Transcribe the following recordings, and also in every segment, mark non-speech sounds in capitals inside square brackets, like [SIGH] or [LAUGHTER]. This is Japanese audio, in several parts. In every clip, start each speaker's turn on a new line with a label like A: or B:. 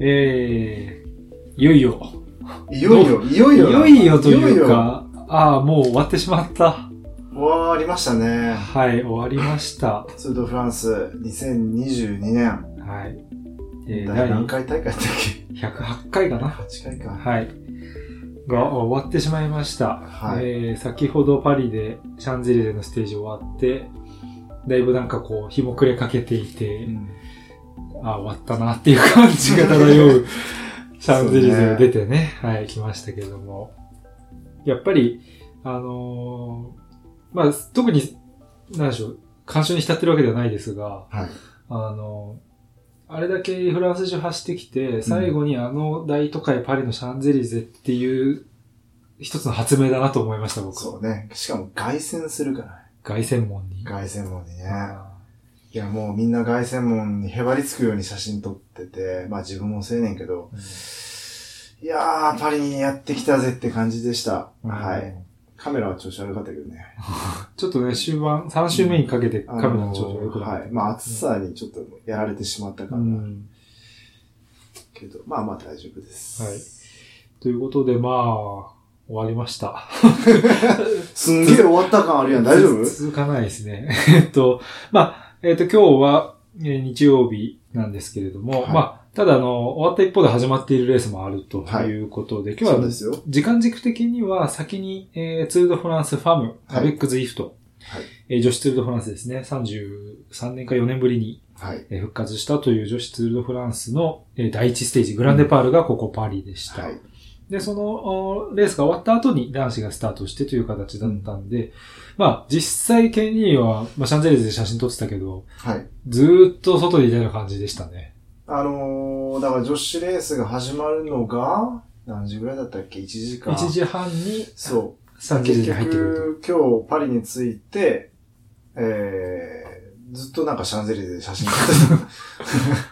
A: えー、いよいよ。
B: いよいよ、いよ
A: い
B: いよ。
A: よいよとい
B: よ
A: う
B: よ。
A: か、ああ、もう終わってしまった。
B: 終わりましたね。
A: はい、終わりました。
B: ツードフランス2022年。
A: はい。えー、
B: 第何
A: 第
B: 回大会だったっ
A: 108回か
B: け
A: な。
B: ?8 回か。
A: はい。が終わってしまいました。
B: はい
A: えー先ほどパリでシャンゼリゼのステージ終わって、だいぶなんかこう、日も暮れかけていて、
B: うん
A: あ、終わったなっていう感じが漂うシャンゼリゼを出てね、はい、来ましたけども。やっぱり、あのーまあ、特に、なんでしょう、干渉に浸ってるわけではないですが、
B: はい。
A: あのーあれだけフランス中走ってきて、最後にあの大都会パリのシャンゼリゼっていう、一つの発明だなと思いました、僕
B: そ
A: は。
B: うね。しかも凱旋するからね。
A: 凱旋門に。
B: 凱旋門にね。
A: あ
B: いや、もうみんな凱旋門にへばりつくように写真撮ってて、まあ自分もそうやねんけど、
A: うん
B: いやー、パリにやってきたぜって感じでした。
A: ー
B: はい。。カメラは調子悪かったけどね。
A: ちょっとね、終盤、3周目にかけてカメラの調子が良くなっ
B: は
A: て
B: い。まあ暑さにちょっとやられてしまったか
A: う
B: ら、
A: ん。
B: けど、まあまあ大丈夫です。
A: はいということで、まあ、終わりました。
B: すんげえ終わった感あるやん。大丈夫
A: つ続かないですね。 [LAUGHS] えっと、まあ、えっと、今日は、えー日曜日なんですけれども、
B: はい
A: まあ、ただ、あの、終わった一方で始まっているレースもあると
B: はい
A: いうことで、今
B: そう
A: 日
B: で
A: は、
B: すよ。
A: 時間軸的には先に、えーツールドフランスファム、
B: はい
A: アベックズイフト、
B: はい
A: えー女子ツールドフランスですね、33年か4年ぶりに
B: はい。
A: えー復活したという女子ツール・ド・フランスのえー第一ステージ、グランデパールがここパリでした。
B: はい。
A: で、そのおレースが終わった後に男子がスタートしてという形だったんで、まあ実際ケニーは、まあ、シャンゼリゼで写真撮ってたけど、
B: はい。
A: ずーっと外にいたような感じでしたね。
B: あのー、だから女子レースが始まるのが、何時ぐらいだったっけ ?1 時間。
A: 1時半に
B: そう。
A: シャンゼリ
B: 結
A: ゼに入ってくる
B: 局、今日パリに着いて、えー、ずっとなんかシャンゼリゼで写真撮って
A: と。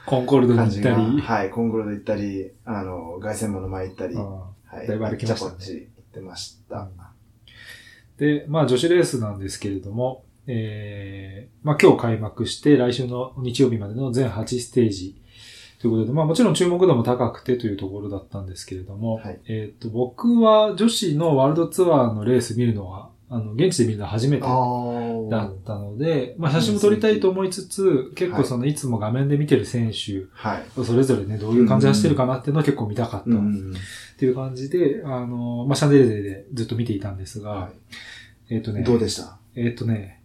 A: コンコルド
B: た
A: に [LAUGHS] 行
B: 感じ
A: っ
B: が。
A: たり。
B: はい、コングロで行ったり、あの、凱旋門の前行ったり、は
A: あ
B: い、
A: だいぶ歩きましたね
B: あっちこっち行ってました。
A: ーで、まあ女子レースなんですけれども、えー、まあ今日開幕して来週の日曜日までの全8ステージということで、まあもちろん注目度も高くてというところだったんですけれども、
B: はい
A: えっ、と、僕は女子のワールドツアーのレース見るのは、あの、現地で見るのは初めてだ
B: あ
A: ったので、まあ写真も撮りたいと思いつつ、結構そのいつも画面で見てる選手、
B: あ。はい。
A: それぞれね、どういう感じで走ってるかなっていうのを結構見たかった
B: う
A: っ
B: ん。
A: ていう感じで、あの、まあシャンデレゼでずっと見ていたんですが、
B: は
A: えっ、と
B: い。
A: ね、
B: どうでした
A: えっ、とね、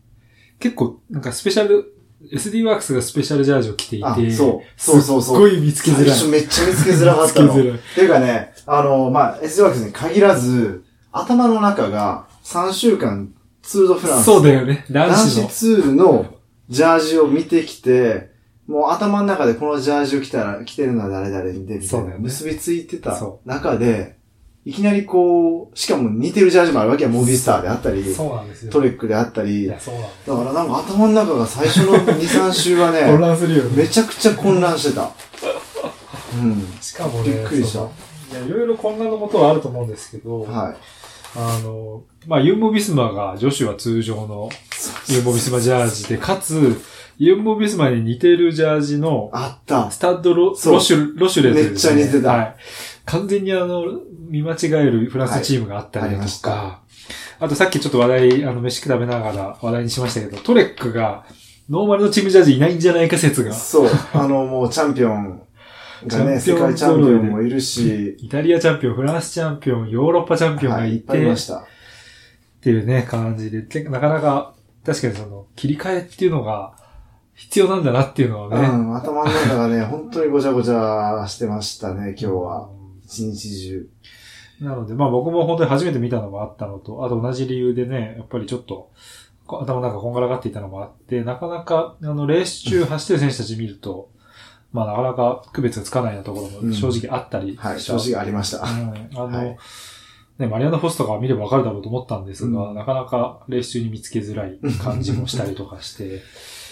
A: 結構、なんかスペシャル、SD ワークスがスペシャルジャージを着てい
B: あ
A: て、、
B: そう。そうそう
A: すっ
B: そ
A: ご
B: う。
A: い見つけ
B: 最
A: づらい。
B: 初めっちゃ見つけづらかった
A: 見
B: の。
A: つけ
B: っ
A: づらい。
B: ていうかね、あの、まあ、S ワークスに限らず、頭の中が3週間ツールドフランス。
A: そうだよね。男
B: 男
A: 子
B: 子
A: の。
B: ツールのジャージを見てきて、もう頭の中でこのジャージを着たら、着てるのは誰々にで、みた
A: そう
B: い
A: だ
B: な、
A: よね
B: 結びついてた
A: そ
B: 中で、いきなりこう、しかも似てるジャージもあるわけや、モビスターであったり、
A: そうなんですよ。
B: トレックであったり、
A: い
B: だ
A: や、そうなんです。
B: からなんか頭の中が最初の2、3週
A: [LAUGHS]
B: は
A: 混
B: ね、
A: 乱するよね。
B: めちゃくちゃ混乱してた。うん。
A: しかもね、
B: びっくりした
A: そのいや、いろいろ混乱のことはあると思うんですけど、
B: はい。
A: あの、まあ、ユンボビスマが、女子は通常のユンボビスマジャージで、かつ、ユンボビスマに似てるジャージの、
B: あった。
A: スタッドロ
B: そう
A: ロシュ、ロシュレズです、
B: めっちゃ似てた
A: はい。完全にあの、見間違えるフランスチームがあったり
B: はいあり
A: だ
B: ま
A: と
B: し
A: か、あとさっきちょっと話題、あの、飯食べながら話題にしましたけど、トレックが、ノーマルのチームジャージいないんじゃないか説が、
B: そう。あの、もうチャンピオンがね、
A: チャンピ
B: 世
A: オン
B: 界チャンピオンもいるし、
A: イタリアチャンピオン、フランスチャンピオン、ヨーロッパチャンピオンが
B: はい、い
A: い、
B: ってぱいいました。
A: っていうね、感じで、てなかなか、確かにその、切り替えっていうのが、必要なんだなっていうのは
B: う
A: ね、
B: ん、頭の中がね、本当にごちゃごちゃしてましたね、今日は。
A: うん
B: 一日中。
A: なので、まあ僕も本当に初めて見たのもあったのと、あと同じ理由でね、やっぱりちょっと、こ頭の中こんがらがっていたのもあって、なかなか、あの、レース中走ってる選手たち見ると、まあなかなか区別がつかないようなところ
B: う
A: も
B: ん
A: 正直あったり
B: はい、
A: した
B: 正直ありました。
A: うんあの、
B: はい
A: ね、マリアナ・フォスとかは見ればわかるだろうと思ったんですが、
B: うん
A: なかなかレース中に見つけづらい感じもしたりとか
B: [LAUGHS]
A: して、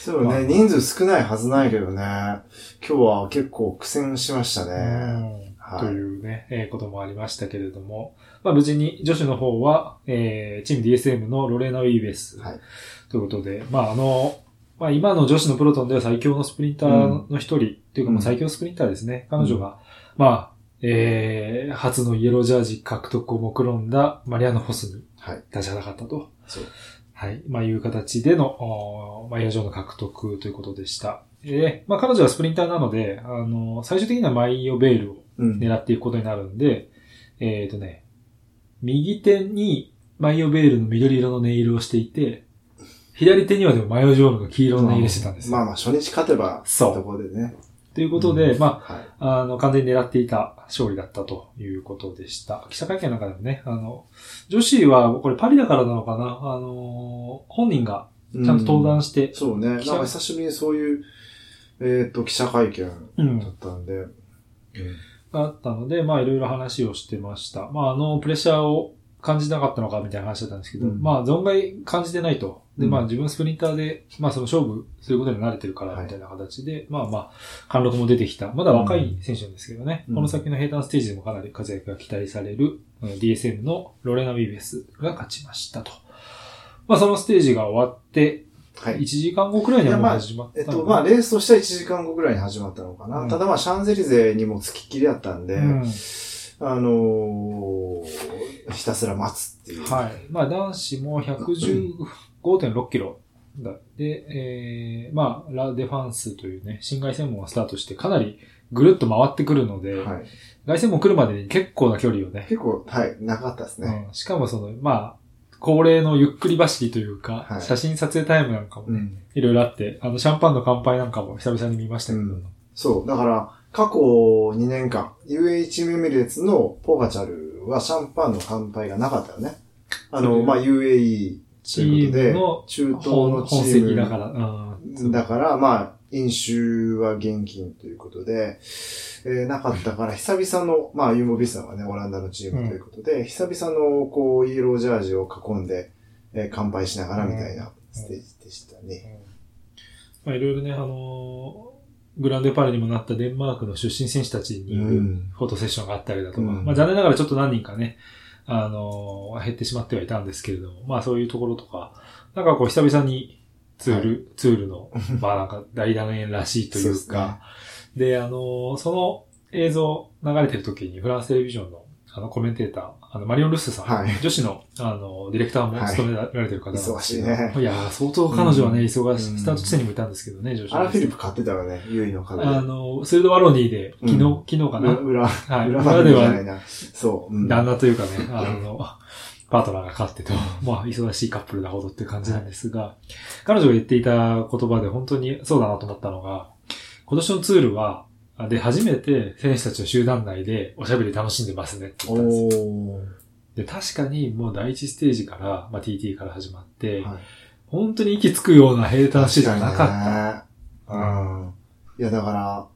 B: そう
A: まあ
B: ね、人数少ないはずないけどね、今日は結構苦戦しましたね。
A: うん
B: はい
A: というね、えーこともありましたけれども、まあ無事に女子の方は、えーチーム DSM のロレーナ・ウィーベス、
B: はい
A: ということで、まああの、まあ今の女子のプロトンでは最強のスプリンターの一人、というか
B: うん
A: もう最強スプリンターですね。彼女が、まあ、えー、初のイエロージャージ獲得を目論んだマリアナ・ホスに
B: はい。
A: 立ちはだかったと。
B: そう。
A: はい。まあ、いう形での、おーまあ、養生の獲得ということでした。えー、まあ、彼女はスプリンターなので、あの最終的にはマイオベールを
B: うん。
A: 狙っていくことになるんで、えっ、とね、右手にマイオベールの緑色のネイルをしていて、左手にはでもマヨジョームの黄色のネイルしてたんですよ。
B: まあまあ、初日勝てば、
A: そう
B: ところでね。
A: ということで、
B: うん
A: まあ、
B: はい。
A: あの、完全に狙っていた勝利だったということでした。記者会見の中でもね、あの、女子は、これパリだからなのかな、あの、本人が
B: ち
A: ちゃんと登壇して、
B: そうね。なん
A: 記者
B: か久しぶりにそういう、えっと、記者会見
A: うん
B: だったんで。
A: があったので、まあ、いろいろ話をしてました。まあ、あの、プレッシャーを感じなかったのか、みたいな話だったんですけど、
B: うん
A: まあ、存外感じてないと。で、
B: うん
A: まあ、自分スプリンターで、まあ、その勝負することに慣れてるから、
B: はい
A: みたいな形で、まあまあ、貫禄も出てきた。まだ若い選手なんですけどね、
B: うん
A: この先の平坦ステージでもかなり活躍が期待される、うん DSM のロレナ・ウィーベスが勝ちましたと。まあ、そのステージが終わって、
B: は
A: 1
B: い。
A: 時間後くらいにはもう始まった
B: え
A: の
B: っ
A: かな
B: と、まあ、レースとしては1時間後ぐらいに始まったのかな。
A: うん
B: ただまあ、シャンゼリゼにも付きっきりだったんで、
A: うん
B: あのー、ひたすら待つっていう。
A: はい。まあ、男子も115.6キロだ。で、えー、まあ、ラ・デファンスというね、新外線門がスタートして、かなりぐるっと回ってくるので、
B: はい。
A: 外線門来るまでに結構な距離をね、
B: 結構、はい、なかったですね。
A: うん、しかもその、まあ、恒例のゆっくり走りというか、
B: はい
A: 写真撮影タイムなんかも
B: う
A: ね、
B: ん。
A: いろいろあって、あの、シャンパンの乾杯なんかも久々に見ましたけど、
B: うんそう。だから、過去2年間、UH メミレーツのポガチャルはシャンパンの乾杯がなかったよね。あ
A: そう
B: の、
A: ね
B: まあ、UAE
A: チ
B: ということ
A: ーム
B: で、
A: の
B: 中東
A: 本
B: のチ
A: 本席だ
B: ー
A: か
B: ム
A: ら、うん。
B: だから、まあ、飲酒は現金ということで、えーなかったから、久々の、まあ、ユーモビスさんはね、オランダのチームということで、久々の、こう、イエロージャージを囲んで、えー乾杯しながらみたいなステージでしたね。
A: まあ、いろいろね、あのーグランデパレにもなったデンマークの出身選手たちによ
B: う
A: る
B: ん
A: フォトセッションがあったりだとか、
B: うん
A: まあ、残念ながらちょっと何人かね、あのー減ってしまってはいたんですけれども、まあそういうところとか、なんかこう久々にツール、ツールの、まあなんか大団円らしいとい
B: そう
A: う
B: ですね
A: か、であのーその映像流れてる時にフランステレビジョンのあのコメンテーター、あのマリオン・ルッスさん、
B: はい
A: 女子のあのディレクターも務められてる方なんですけど
B: 忙しいね
A: [LAUGHS] いやー、相当彼女はね、
B: うん
A: 忙し
B: う
A: い。
B: ん
A: スタート地点にもいたんですけどね、上昇。
B: アラフィリップ買ってたよね、優位の方で。
A: あの、スルドワローニーで、昨日、
B: うん
A: 昨日か
B: 裏、
A: な。
B: 裏、
A: はい。
B: 裏
A: 裏
B: 番
A: で
B: 組じゃな
A: は、
B: いな。そう。うん
A: 旦那というかね、あの、パートナーが勝ってと、 [LAUGHS] まあ、忙しいカップルだほどって感じなんですが、彼女が言っていた言葉で本当にそうだなと思ったのが、今年のツールは、で、初めて選手たちを集団内でおしゃべり楽しんでますねって言ったんですよ。
B: おー。
A: で、確かにもう第一ステージから、まあ、TT から始まって、
B: はい
A: 本当に息つくような平坦シーンがなかった。
B: 確かにねうん。いや、だから、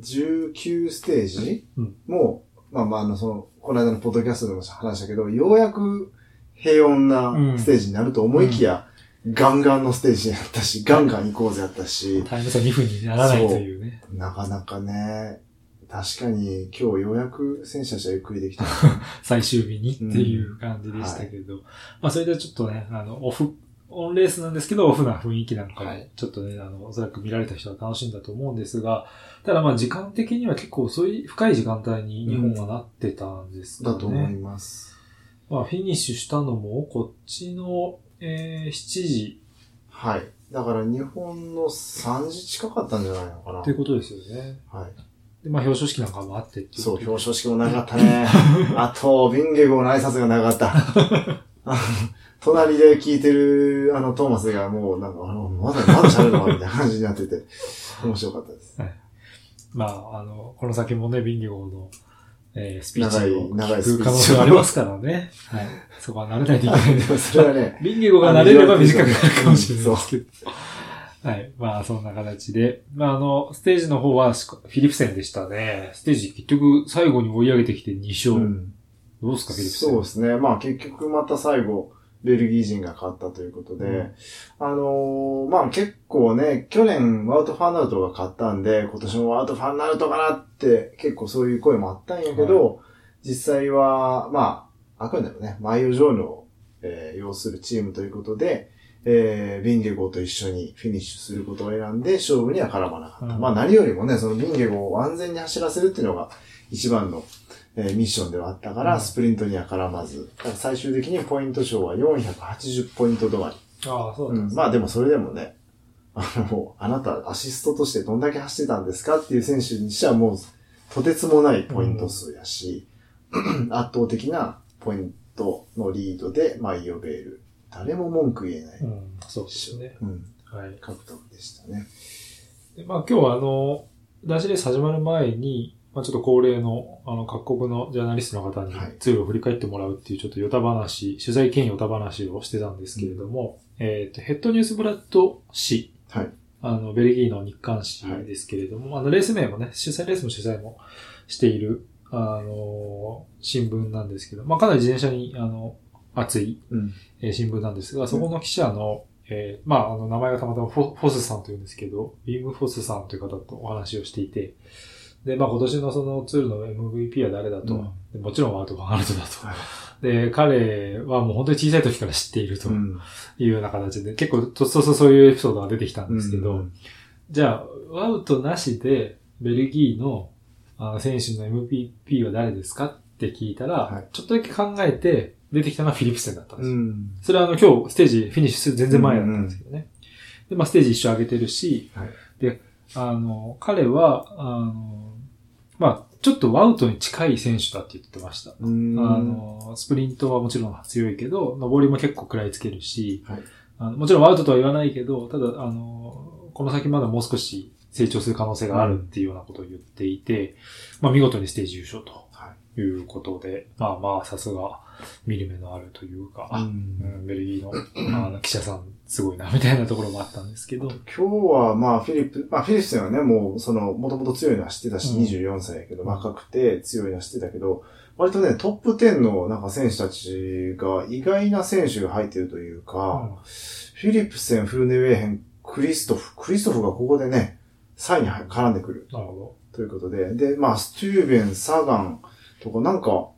B: 19ステージ
A: うん
B: も、まあまあ、あの、その、この間のポッドキャストでも話したけど、ようやく平穏なステージになると思いきや、ガンガンのステージになったし、ガンガン行こうぜやったし、
A: タイム差2分にならないというね。
B: なかなかね、確かに今日ようやく選手たちはゆっくりできた。
A: 最終日にっていう感じでしたけど。まあそれではちょっとね、あの、オフ、オンレースなんですけど、オフな雰囲気なのかも、
B: はい
A: ちょっとね、あの、おそらく見られた人は楽しいんだと思うんですが、ただまあ時間的には結構遅い、深い時間帯に日本はなってたんですかね。
B: だと思います。
A: まあフィニッシュしたのも、こっちの、えー、7時
B: はい。だから日本の3時近かったんじゃないのかな。
A: っていうことですよね。
B: はい。
A: で、まあ表彰式なんかもあってっていう。
B: そう、表彰式もなかっ
A: [LAUGHS]
B: たね。あと、ビンゲゴの挨拶がなかった。
A: [LAUGHS]
B: あの隣で聞いてる、あの、トーマスがもう、なんか、あの、まだ、まだ喋るのかみたいな感じになってて、面白かったです。
A: まあ、あの、この先もね、ビンギゴーの、えースピーチ
B: 長い
A: を
B: 長い
A: 聞
B: スピ
A: く可
B: ーチを
A: 能性がありますから
B: [LAUGHS]
A: ね。はい。そこは慣れないといけないんで
B: でもそれはね、
A: ビンギゴーが慣れれば短くなるかもしれないですけど。はい。まあ、そんな形で。まあ、あの、ステージの方はしフィリプセンでしたね。ステージ結局最後に追い上げてきて2勝。
B: うん、
A: どうですか、フィリプセン。
B: そうですね。まあ結局また最後、ベルギー人が勝ったということで、
A: うん
B: あのーまあ結構ね、去年ワウト・ファンナルトが勝ったんで、今年もワウト・ファンナルトかなって結構そういう声もあったんやけど、実際は、まあ、あくんだろうね、マイオ・ジョーヌを、えー、擁するチームということで、えー、ビンゲゴーと一緒にフィニッシュすることを選んで勝負には絡まなかった。
A: うん
B: まあ何よりもね、そのビンゲゴーを安全に走らせるっていうのが一番の、えーミッションではあったから、
A: うん
B: スプリントには絡まず、だから最終的にポイント賞は480ポイント止まり。
A: ああ、そう
B: う
A: だっ
B: ん、まあでもそれでもね、あの、あなたアシストとしてどんだけ走ってたんですかっていう選手にしてはもう、とてつもないポイント数やし、圧倒的なポイントのリードで、まあ、イオベール。誰も文句言えない
A: た。。うん、そうですよね。
B: うん、
A: はい。
B: 獲得でしたね。
A: で、まあ今日はあの、ダッシュレース始まる前に、まあちょっと恒例の、あの、各国のジャーナリストの方に
B: はい
A: ツールを振り返ってもらうっていうちょっとヨタ話、取材兼ヨタ話をしてたんですけれども、えっ、と、ヘッドニュースブラッド誌。
B: はい
A: あの、ベルギーの日刊誌ですけれども、あの、レース名もね、主催レースも主催もしている、あの、新聞なんですけど、まあかなり自転車に、あの、熱い
B: うん。
A: えー新聞なんですが、そこの記者の、えーまあ、あの、名前がたまたまフォフォスさんというんですけど、ビーム・フォスさんという方とお話をしていて、で、まあ、今年のそのツールの MVP は誰だと、
B: うん
A: でもちろんワート・バンアルトだと
B: は。
A: で、彼はもう本当に小さい時から知っていると
B: う。
A: いうんような形で、結構、とそうそうそういうエピソードが出てきたん
B: で
A: です
B: す
A: け
B: け
A: ど、
B: ど、
A: じゃあ、ワウトなしで、ベルギーのあの選手の MVP は誰ですかって聞いたら、
B: はい
A: ちょっとだけ考えて、出てきたのはフィリプセンだったんですよ
B: うん。
A: それはあの今日ステージフィニッシュする全然前だったんですけどね。で、まあステージ一緒上げてるし、
B: はい
A: で、あの、彼は、あの、まあちょっとワウトに近い選手だって言ってました。
B: うん。
A: あの、スプリントはもちろん強いけど、登りも結構食らいつけるし、
B: はい
A: あのもちろんワウトとは言わないけど、ただ、あの、この先まだもう少し成長する可能性があるっていうようなことを言っていて、まあ見事にステージ優勝と
B: は
A: いうことで、まあまあさすが見る目のあるというか、
B: うん
A: うんベルギーのあの記者さんすごいな、みたいなところもあったんですけど。
B: 今日は、まあ、フィリップ、まあ、フィリップセンはね、もう、その、もともと強いのは知ってたし、
A: うん
B: 24歳やけど、若くて強いのは知ってたけど、割とね、トップ10の、なんか選手たちが、意外な選手が入ってるというか、フィリップセン、フルネウェーヘン、クリストフ、クリストフがここでね、3位に絡んでくる。
A: なるほ
B: ということで、で、まあ、スチューベン、サガンとか、なんか、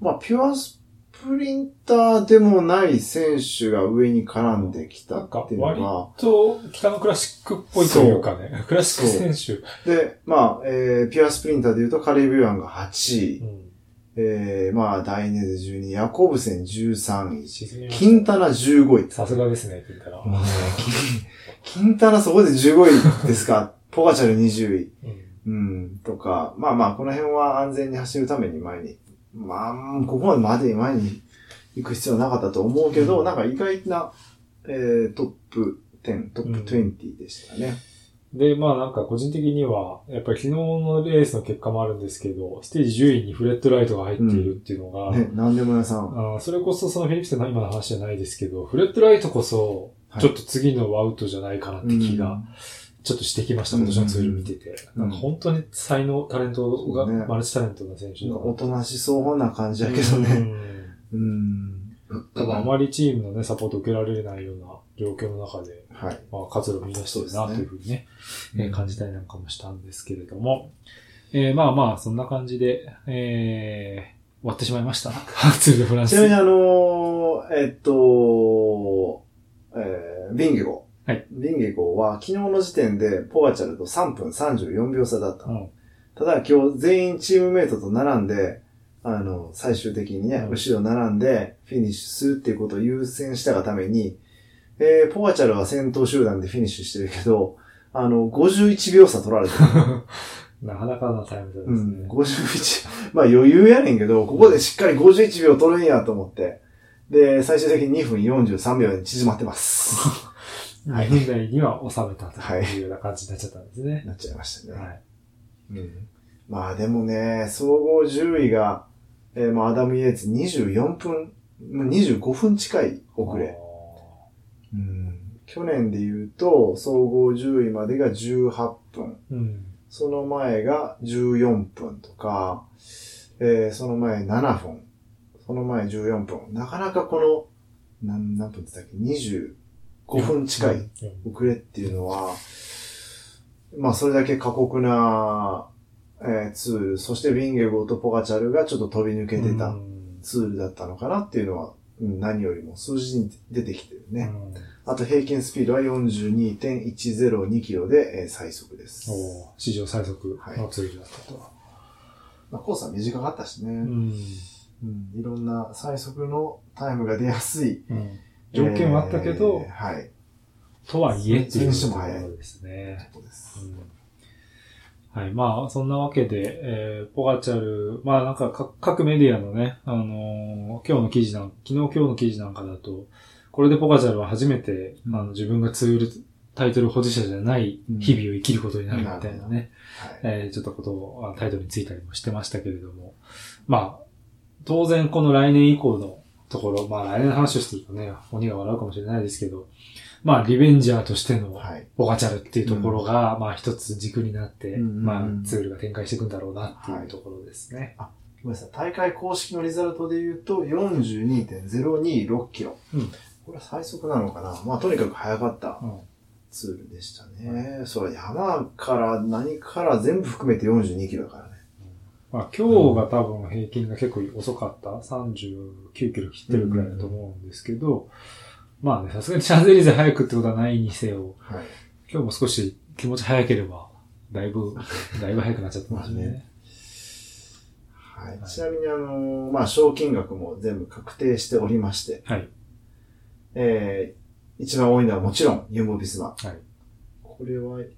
B: まあ、ピュアスプリンターでもない選手が上に絡んできたっていうの
A: なんか
B: が、
A: ど。と、北のクラシックっぽいというかね、クラシック選
B: で、まあ、えー、ピュアスプリンターで言うとカリビアンが8
A: 手。
B: 位、
A: うん。
B: えー、まあ、ダイネズ12位、ヤコブセン13位、
A: 沈みました
B: キンタナ15位。
A: さすがですね、って言ったら。
B: もうねキンキンタナそこで15位ですか [LAUGHS] ポガチャル20位。
A: うん
B: うん、とか、まあまあ、この辺は安全に走るために前に、まあ、ここまで前に行く必要はなかったと思うけど、
A: うん
B: なんか意外な、えー、トップ10、トップ20でしたね。
A: で、まあなんか個人的には、やっぱり昨日のレースの結果もあるんですけど、ステージ10位にフレットライトが入っているっていうのが、
B: ね、なんでも屋さん。
A: あーそれこそそのフィリップセンの今の話じゃないですけど、フレットライトこそ、
B: はい
A: ちょっと次のワウトじゃないかなって気が、ちょっとしてきました、今年のツール見てて。
B: う
A: な
B: ん
A: んか本当に才能、タレントが、
B: そうね
A: マルチタレントな選手だな
B: おとなしそうな感じやけどね。うん。
A: 多分あまりチームのね、サポート受けられないような状況の中で、
B: はい。
A: まあ、活路を見出してる
B: そう
A: な、と
B: ですね
A: いうふうにね、えー感じたりなんかもしたんですけれども。えーまあまあ、そんな感じで、えー終わってしまいました。 [LAUGHS] ツールドフラン
B: ち
A: ス。
B: なみにあのーえっと、えー、ビンゲゴ。
A: はい。
B: ビンゲゴは昨日の時点でポガチャルと3分34秒差だった。
A: うん [LAUGHS]
B: ただ今日全員チームメイトと並んで、あの、最終的にね、
A: うん
B: 後ろ並んでフィニッシュするっていうことを優先したがために、えー、ポガチャルは先頭集団でフィニッシュしてるけど、あの、51秒差取られてる。
A: なかなかなタイム差で
B: う
A: す
B: ん、
A: ね。
B: 51、まあ [LAUGHS] 余裕やねんけど、ここでしっかり51秒取るんやと思って。で、最終的に2分43秒に縮まってます。はい
A: 現代には収めたと
B: はい
A: いうような感じになっちゃったんですね。
B: なっちゃいましたね。
A: はい。
B: うん、まあでもね、総合10位が、えーまあアダム・イエーツ24分、もう25分近い遅れ。うん、去年で言うと、総合10位までが18分。
A: あー。うん。
B: その前が14分とか、えーその前7分、その前14分。なかなかこの、何、何分って言ったっけ ?25 分近い
A: うん。
B: 遅れっていうのは、まあそれだけ過酷な、えーツール、そしてビンゲゴーとポガチャルがちょっと飛び抜けてた
A: うん
B: ツールだったのかなっていうのは、うん何よりも数字に出てきてる
A: う
B: ね。
A: ん
B: あと平均スピードは42.102キロで、えー最速です。
A: おー史上最速
B: はい
A: のツイールだったと。
B: まあ、コースは短かったしね、
A: うん
B: うんいろんな最速のタイムが出やすい。
A: うん条件はあったけど
B: えー、はい。
A: とはいえっていう
B: それにしても早い
A: ところですね。
B: そうです。
A: うんはい。まあ、そんなわけで、えーポガチャル、まあなんかか各メディアのね、あのー今日の記事なん、昨日今日の記事なんかだと、これでポガチャルは初めて、あの自分がツール、タイトル保持者じゃない日々を生きることになるみたいなね、
B: はい。
A: えーちょっとことをあタイトルについたりもしてましたけれども、まあ、当然この来年以降のところ、まあ来年の話をしてるとね、鬼が笑うかもしれないですけど、まあリベンジャーとしての、
B: はい。
A: ボガチャルっていうところが、まあ一つ軸になって、
B: うんうんうん
A: まあツールが展開していくんだろうなっていうところですね。
B: ごめんなさい。大会公式のリザルトで言うと、42.026キロ。
A: うん
B: これは最速なのかなまあ、とにかく早かった
A: うん
B: ツールでしたね。そう、山から何から全部含めて42キロだからね。
A: まあ今日が多分平均が結構遅かった、39キロ切ってるくらいだと思うんですけど、まあね、さすがにシャンゼリゼ早くってことはないにせよ、
B: はい。
A: 今日も少し気持ち早ければ、だい
B: [LAUGHS]
A: ぶ、だいぶ早くなっちゃってます
B: まあ
A: ね
B: ね。はい。
A: はい
B: ちなみに、あのーまあ、賞金額も全部確定しておりまして、
A: はい。
B: えー、一番多いのはもちろん、ユンボビスマ。
A: はい。
B: これは、4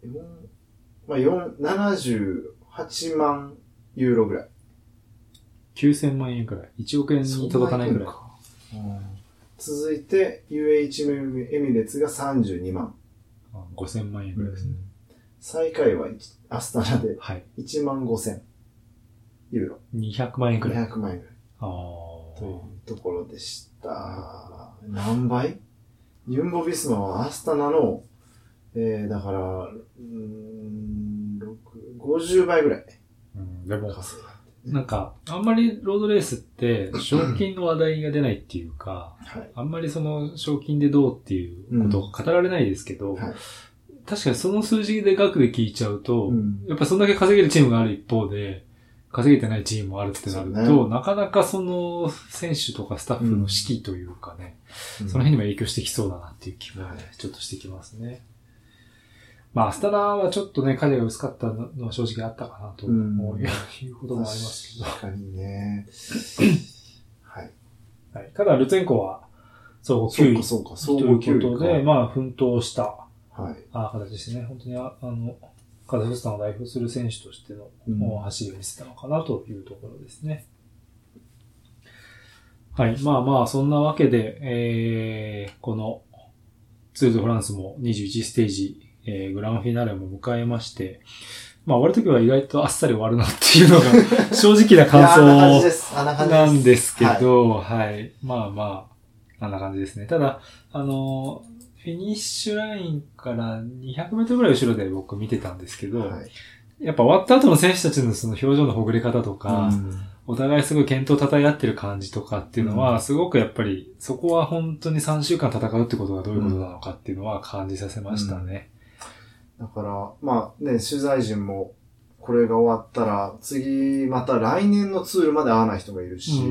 B: まあ、4 78万ユーロぐらい。
A: 9000万円くらい。1億円に届かないくらい。
B: 続いて、UH エミレッツが32万。
A: あ5000万円くらいですね。
B: 最下位は一アスタナで
A: はい。
B: 1万5千ユーロ。
A: 200万円くらい。
B: 200万円ぐらい
A: あ
B: と
A: あ。
B: いうところでした。何倍ユンボビスマはアスタナの、えー、だから、うーん、6 50倍ぐらい
A: うん、でも、
B: 稼いだ。
A: なんか、あんまりロードレースって、賞金の話題が出ないっていうか、
B: はい。
A: あんまりその賞金でどうっていうことを語られないですけど、
B: はい
A: 確かにその数字で額で聞いちゃうと、
B: うん
A: やっぱそんだけ稼げるチームがある一方で、稼げてないチームもあるってなる
B: そ
A: と、なかなかその選手とかスタッフの士気というかね、その辺にも影響してきそうだなっていう気もね
B: はい
A: ちょっとしてきますね。まあ、アスタナはちょっとね、彼が薄かったのは正直あったかなと思う、
B: うん
A: いうこともありますけど。
B: 確か
A: [LAUGHS]
B: にね。はい。
A: はい、ただ、ルツェンコは、総合
B: そ
A: 9
B: う
A: 位
B: か、そうか、
A: と
B: 総合
A: い
B: 9
A: うことで、
B: 位
A: まあ、奮闘した
B: か。はい。
A: あ形ですね。本当にあ、あの、カザフスタンを代表する選手としての、
B: うん
A: もう走りを見せたのかなというところですね。はい。まあまあ、そんなわけで、えー、この、ツール・ド・フランスも21ステージ、えー、グランフィナーレも迎えまして、まあ、終わるときは意外とあっさり終わるなっていうの
B: [LAUGHS]
A: が、正直な感想
B: いやあんな感じです。あんな感じ
A: なんですけ
B: はい
A: ど、はい、まあまあ、あんな感じですね。ただ、あの、フィニッシュラインから200メートルぐらい後ろで僕見てたんですけど、
B: はい
A: やっぱ終わった後の選手たちのその表情のほぐれ方とか、お互いすごい健闘を称え合ってる感じとかっていうのは、
B: う
A: すごくやっぱり、そこは本当に3週間戦うってことがどういうことなのかっていうのは感じさせましたね。
B: だから、まあね、取材陣も、これが終わったら、次、また来年のツールまで会わない人もいるし、
A: う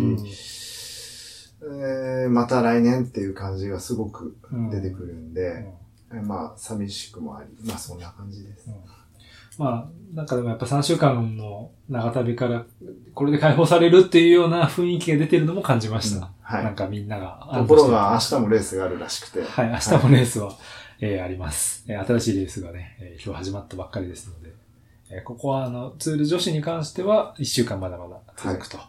A: ん
B: えーまた来年っていう感じがすごく
A: うん
B: 出てくるんで、
A: うん
B: えまあ、寂しくもあり、まあ、そんな感じです。
A: まあ、なんかでもやっぱ3週間の長旅から、これで解放されるっていうような雰囲気が出てるのも感じました。
B: は
A: なん
B: い。
A: かみんなが。
B: ところが、明日もレースがあるらしくて、
A: はい、明日もレースは、えーあります。えー新しいレースがね、えー今日始まったばっかりですので、えーここはあの、ツール女子に関しては1週間まだまだ続くと。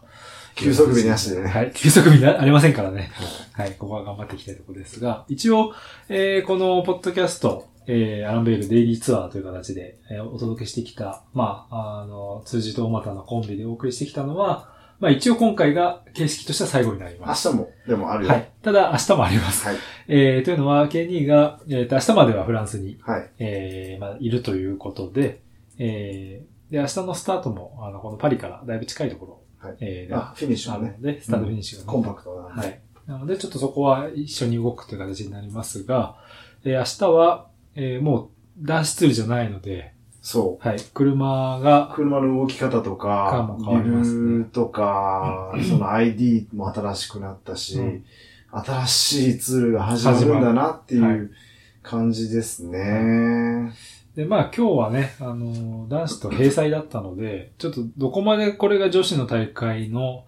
B: 休息日なしでね
A: はい、休息日なありませんからね。はい、ここは頑張っていきたいところですが、一応、えーこのポッドキャスト、えーアランベールデイリーツアーという形で、えーお届けしてきた、まあ、あの、通じとおまたのコンビでお送りしてきたのは、まあ一応今回が形式としては最後になり
B: 明
A: ます。
B: 日も、でもあるよ。
A: は。い。ただ明日もあります。
B: はい。
A: えーというのは、K2 が、えーと明日まではフランスに、
B: はい。
A: えーまあ、いるということで、えーで、明日のスタートも、あの、このパリからだいぶ近いところ、
B: はい
A: えーで
B: あ、フィニッシュ
A: あ
B: も
A: る
B: ね、
A: ので、スタートフィニッシュが、
B: コンパクトなん
A: は
B: で。
A: い。なので、ちょっとそこは一緒に動くという形になりますが、えー明日は、えーもう、男子ツールじゃないので、
B: そう。
A: はい、車が、
B: 車の動き方と
A: か
B: か
A: も変わ、りますね
B: ルールとか、その ID も新しくなったし、
A: うん
B: 新しいツールが始まるんだなって
A: はいいう
B: 感じですね。
A: で、まあ今日はね、あの、男子と閉鎖だったので、ちょっとどこまでこれが女子の大会の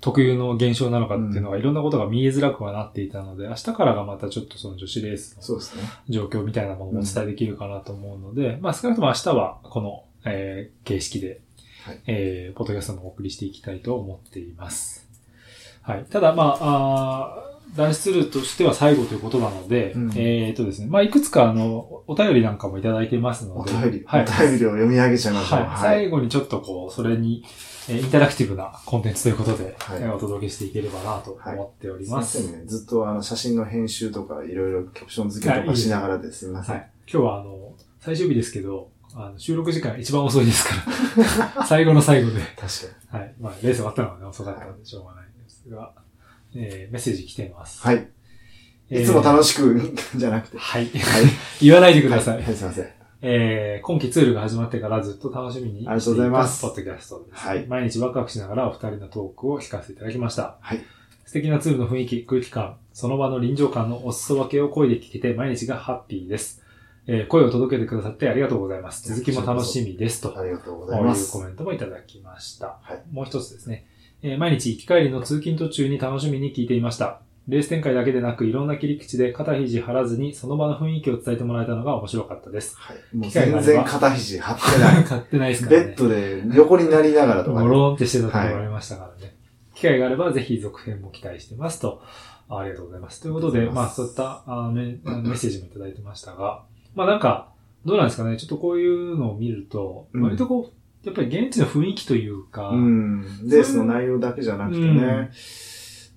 A: 特有の現象なのかっていうのが、いろんなことが見えづらくはなっていたので、明日からがまたちょっとその女子レースの
B: そうですね。
A: 状況みたいなものをお伝えできるかなと思うので、まあ少なくとも明日はこの、えー形式で、
B: はい
A: えーポッドキャストもお送りしていきたいと思っています。はい。ただ、まあ、あー男子ツールとしては最後ということなので、
B: うん
A: えっとですね、まあいくつかあの、お便りなんかもいただいてますの
B: お
A: で、
B: 便り、
A: はい。
B: お便りを読み上げちゃいましょう。
A: はい、最後にちょっとこう、それに、えーインタラクティブなコンテンツということで、
B: はい
A: えーお届けしていければなと思っており
B: すいま
A: ま
B: せ
A: す。
B: んね。ずっとあの写真の編集とかいろいろキャプション付けとかしながらです。すいませ
A: は
B: ん。
A: い。今日はあの、最終日ですけど、あの収録時間一番遅いですから、 [LAUGHS] 最後の最後で。
B: 確か
A: はい。まあ、レース終わったのはね、遅かったんでしょうがないですが、えー、メッセージ来ています。
B: に。はい。いつも楽しく、じゃなくて。
A: えー
B: は
A: はい。 [LAUGHS]
B: い。
A: 言わないでください。
B: はい、すいません。
A: えー、今期ツールが始まってからずっと楽しみにしていた
B: ありがとうございます
A: ポッドキャストです。
B: はい
A: 毎日ワクワクしながらお二人のトークを聞かせていただきました。
B: はい
A: 素敵なツールの雰囲気、空気感、その場の臨場感のお裾分けを声で聞けて毎日がハッピーです。えー、声を届けてくださってありがとうございます。続きも楽しみです。と
B: ありがとうござい
A: こうい
B: ま
A: う
B: す
A: コ。メントもいただきました。
B: はい
A: もう一つですね、えー毎日行き帰りの通勤途中に楽しみに聞いていました。レース展開だけでなく、いろんな切り口で肩肘張らずに、その場の雰囲気を伝えてもらえたのが面白かったです。
B: はい。もう全然肩肘張ってない。
A: 買ってないですか
B: ベ
A: らね。
B: ッドで横になりながらとか
A: ゴ
B: ね、
A: ローンってしてたところがありましたからね。機会があればぜひ続編も期待してますと。あありがとうございます。ということ
B: あ
A: で、
B: りがとうご
A: まあ
B: ざいます
A: そういったあメあのメッセージもいただいてましたが、まあなんか、どうなんですかね。ちょっとこういうのを見ると、
B: うん
A: 割とこう、やっぱり現地の雰囲気というか、
B: うん。レースの内容だけじゃなくてね、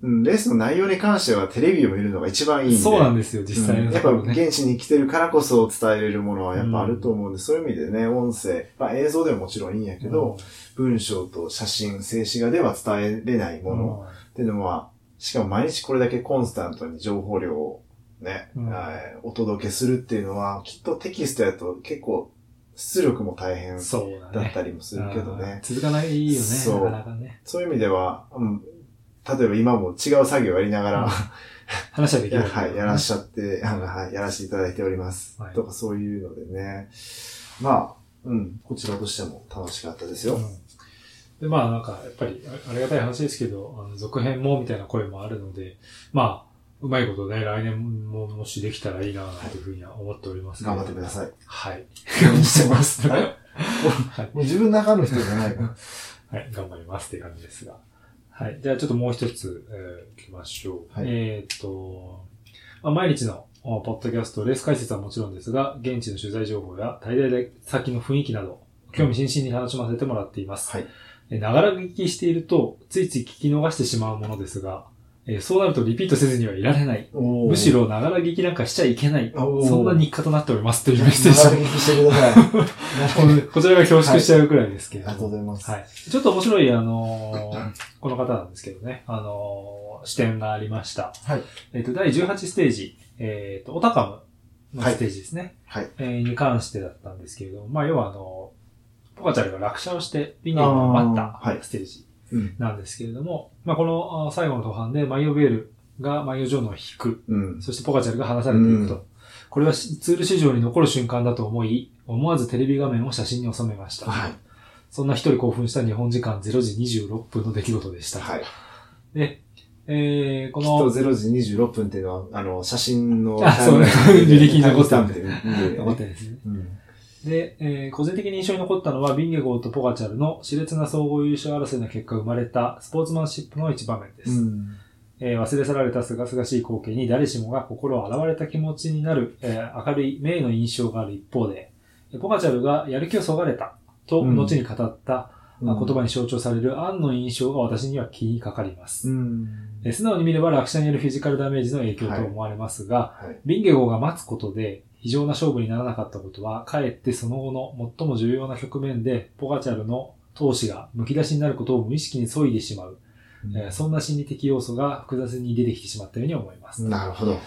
B: うん、レースの内容に関してはテレビを見るのが一番いいんで。
A: そうなん
B: で
A: ですよ、実際の
B: や
A: と
B: っ
A: こ
B: ぱ
A: ろね。
B: 現地に来てるからこそ伝えれるものはやっぱあると思うんで、そういう意味でね、音声、まあ映像でももちろんいいんやけど、文章と写真、静止画では伝えれないものっていうのは、しかも毎日これだけコンスタントに情報量をね、
A: うん
B: はいお届けするっていうのは、きっとテキストやと結構出力も大変
A: うん
B: だ
A: そうだ
B: っ
A: ね。
B: たりもするけど
A: あー
B: ね。
A: 続かないよね、
B: そう
A: なかなかね。
B: そういう意味では、うん、例えば今も違う作業をやりながら、
A: 話はでき
B: や
A: る。
B: [LAUGHS] はい、やらしちゃって、あの、はい、やらせていただいております。
A: はい
B: とか、そういうのでね。まあ、うん、こちらとしても楽しかったですよ。
A: うんで、まあなんか、やっぱり、あありがたい話ですけど、あの続編もみたいな声もあるので、まあ、うまいことね、来年ももしできたらいいな、というふうには思っておりますけど
B: 頑張ってください。
A: はい。頑張ってます。
B: [LAUGHS]
A: [LAUGHS]
B: は
A: はいい。
B: もう自分の中の人じゃないから。
A: 頑張りますっていう感じですが。はい。じゃあちょっともう一つ、えー、いきましょう。
B: はい
A: えーっと、まあ、毎日のおポッドキャスト、レース解説はもちろんですが、現地の取材情報や滞在で先の雰囲気など、興味津々に楽しませてもらっています。
B: [LAUGHS] はい。
A: えながら聞きしていると、ついつい聞き逃してしまうものですが、えーそうなるとリピートせずにはいられない。むし、ろながら聞きなんかしちゃいけない。
B: おー
A: そんな日課となっておりますというメッセージ。
B: してください。 [LAUGHS]
A: [LAUGHS] こちらが恐縮しちゃうくらいですけれども。
B: ざいま
A: はい。ちょっと面白い、あのーこの方なんですけどね、あのー視点がありました。
B: はい。
A: えっ、と、第18ステージ、えっ、と、オタカムのステージですね。
B: はい。
A: えーに関してだったんですけれども、まあ、要はあのポカチャルが落車をして、ビニールが待
B: あーは
A: っ
B: い
A: たステージ
B: うん。
A: なんですけれども、まあ、このあー最後の途半で、マイオベールがマイオジョーノを引く、
B: うん。
A: そしてポカチャルが離されていくと。
B: う
A: これはしツール史上に残る瞬間だと思い、思わずテレビ画面を写真に収めました。
B: はい。
A: そんな一人興奮した日本時間0時26分の出来事でした。
B: はい。
A: で、えー、こ
B: きっと
A: の、
B: 0時26分っていうのは、あの、写真の、
A: あそうね
B: タイムライン
A: 履歴に残って
B: タイ
A: る
B: ムスタンプで見るよ
A: 残っ
B: ね
A: てるんですね。
B: うん
A: で、えー個人的に印象に残ったのは、ビンゲゴーとポカチャルの熾烈な総合優勝争いの結果生まれたスポーツマンシップの一場面です。
B: うん。
A: えー忘れ去られた清々しい光景に誰しもが心を洗われた気持ちになる、えー明るい名の印象がある一方で、ポカチャルがやる気をそがれたと
B: うん
A: 後に語った、
B: うん
A: あ言葉に象徴されるアンの印象が私には気にかかります。
B: うん。
A: えー素直に見れば落車によるフィジカルダメージの影響と思われますが、
B: はい。
A: ビンゲゴーが待つことで非常な勝負にならなかったことは、かえってその後の最も重要な局面で、ポガチャルの闘志がむき出しになることを無意識に削いでしまう、えーそんな心理的要素が複雑に出てきてしまったように思います。
B: なるほど。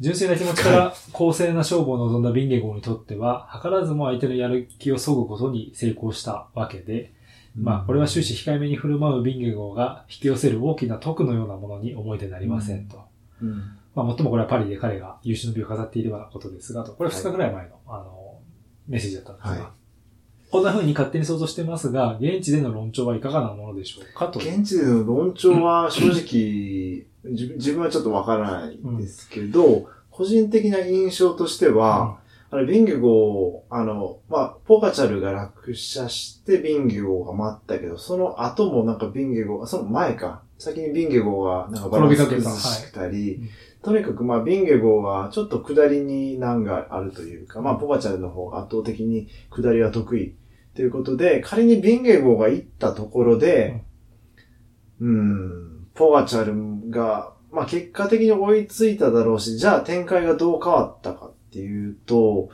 A: 純粋な気持ちから公正な勝負を望んだビンゲゴーにとっては、図らずも相手のやる気を削ぐことに成功したわけで、まあ、これは終始控えめに振る舞うビンゲゴーが引き寄せる大きな徳のようなものに思い出なりませんと。
B: うん。
A: まあ、もっともこれはパリで彼が優秀の美を飾っていればことですが、と。これ2日ぐらい前の、あの、メッセージだったんですが、
B: は
A: こんな風に勝手に想像してますが、現地での論調はいかがなものでしょうかと。
B: 現地での論調 [LAUGHS] は正直、自分自分はちょっとわからないですけど、個人的な印象としては、あの、ビンギュゴー、あの、まあ、ポカチャルが落車してビンギュゴーが待ったけど、その後もなんかビンギュゴー、その前か、先にビンギュゴーがなんかバランス崩したり、
A: うん
B: とにかくまあ、ビンギュゴーはちょっと下りに難があるというか、まあ、ポカチャルの方が圧倒的に下りは得意ということで、仮にビンゲゴが行ったところで、うん、ポガチャルが、まあ結果的に追いついただろうし、じゃあ展開がどう変わったかっていうと、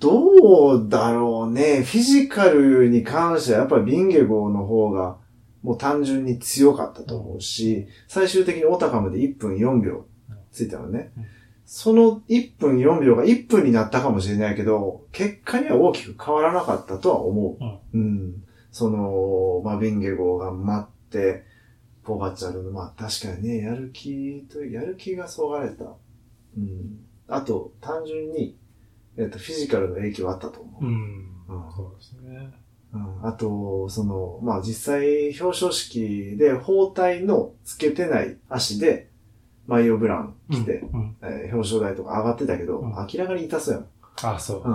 B: どうだろうね。フィジカルに関してはやっぱりビンゲゴの方がもう単純に強かったと思うし、最終的にオタカムで1分4秒ついたのね
A: うん。
B: その1分4秒が1分になったかもしれないけど、結果には大きく変わらなかったとは思う。うん。その、まあ、ビンゲゴが待って、ポガチャルの、まあ、確かにね、やる気と、やる気がそがれた。うん。あと、単純に、えっと、フィジカルの影響はあったと思う。
A: うん。
B: うん
A: そうですね。
B: うんあと、その、まあ、実際、表彰式で包帯のつけてない足で、マイオブラン来て、
A: うんうん
B: えー表彰台とか上がってたけど、
A: うん
B: 明らかに痛そうやもん。
A: あ、そう。
B: うん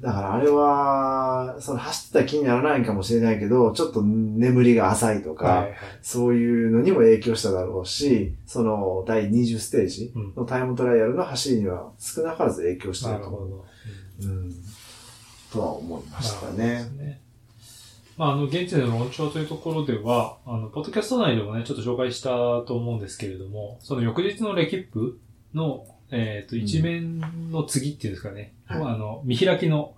B: だからあれは、その走ってた気にならないかもしれないけど、ちょっと眠りが浅いとか、
A: はいはい。
B: そういうのにも影響しただろうし、その第20ステージ
A: うん。
B: のタイムトライアルの走りには少なからず影響して
A: な
B: る
A: る
B: と
A: ほ
B: 思う。
A: ど。
B: うん、とは思いました
A: なる
B: ね
A: ほ。どです。まあ、あの、現地での論調というところでは、あの、ポッドキャスト内でもね、ちょっと紹介したと思うんですけれども、その翌日のレキップの、えっ、と、
B: ん
A: 一面の次っていうんですかね、
B: はい
A: まああの、見開きの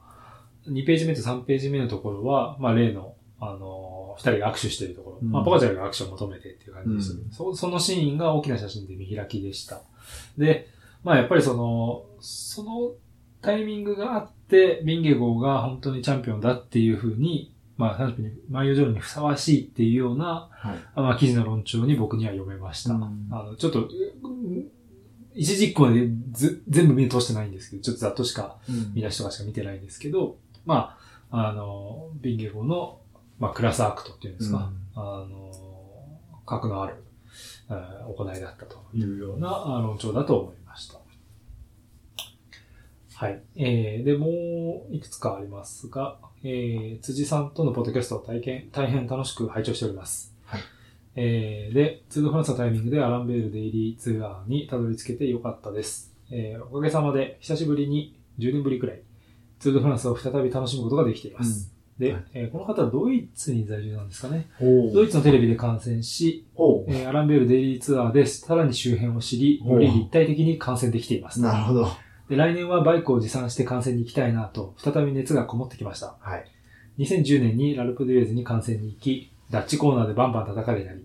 A: 2ページ目と3ページ目のところは、まあ、例の、あの、二人が握手してるところ、
B: うん
A: まあ、ポカチャルが握手を求めてっていう感じでした、
B: うん
A: そ。そのシーンが大きな写真で見開きでした。で、まあ、やっぱりその、そのタイミングがあって、ビンゲゴーが本当にチャンピオンだっていうふうに、まあ、チャンピオンに、マイオジョーにふさわしいっていうような、
B: はい。
A: まあ、記事の論調に僕には読めました。
B: うん
A: あの、ちょっと、うん一時一個までず全部目通してないんですけど、ちょっとざっとしか、見出しとかしか見てないんですけど、まあ、あの、ビンゲゴーの、まあ、クラスアクトっていうんですか、あの、核のある、えー行いだったというようなあ論調だと思いました。はい。えー、で、もういくつかありますが、えー、辻さんとのポッドキャストを体験、大変楽しく拝聴しております。
B: はい
A: えー、で、ツードフランスのタイミングでアランベールデイリーツアーにたどり着けてよかったです。えー、おかげさまで久しぶりに10年ぶりくらい、ツードフランスを再び楽しむことができています。で、
B: はい
A: えーこの方はドイツに在住なんですかね。
B: ほ
A: ド
B: う
A: イツのテレビで観戦し、
B: ほ
A: えーアランベールデイリーツアーでさらに周辺を知り、より立体的に観戦できていま
B: う。
A: す。
B: なるほど。
A: で来年はバイクを持参して観戦に行きたいなと、再び熱がこもってきました。
B: はい。
A: 2010年にラルプデュエーズに観戦に行き、ダッチコーナーでバンバン叩かれたり、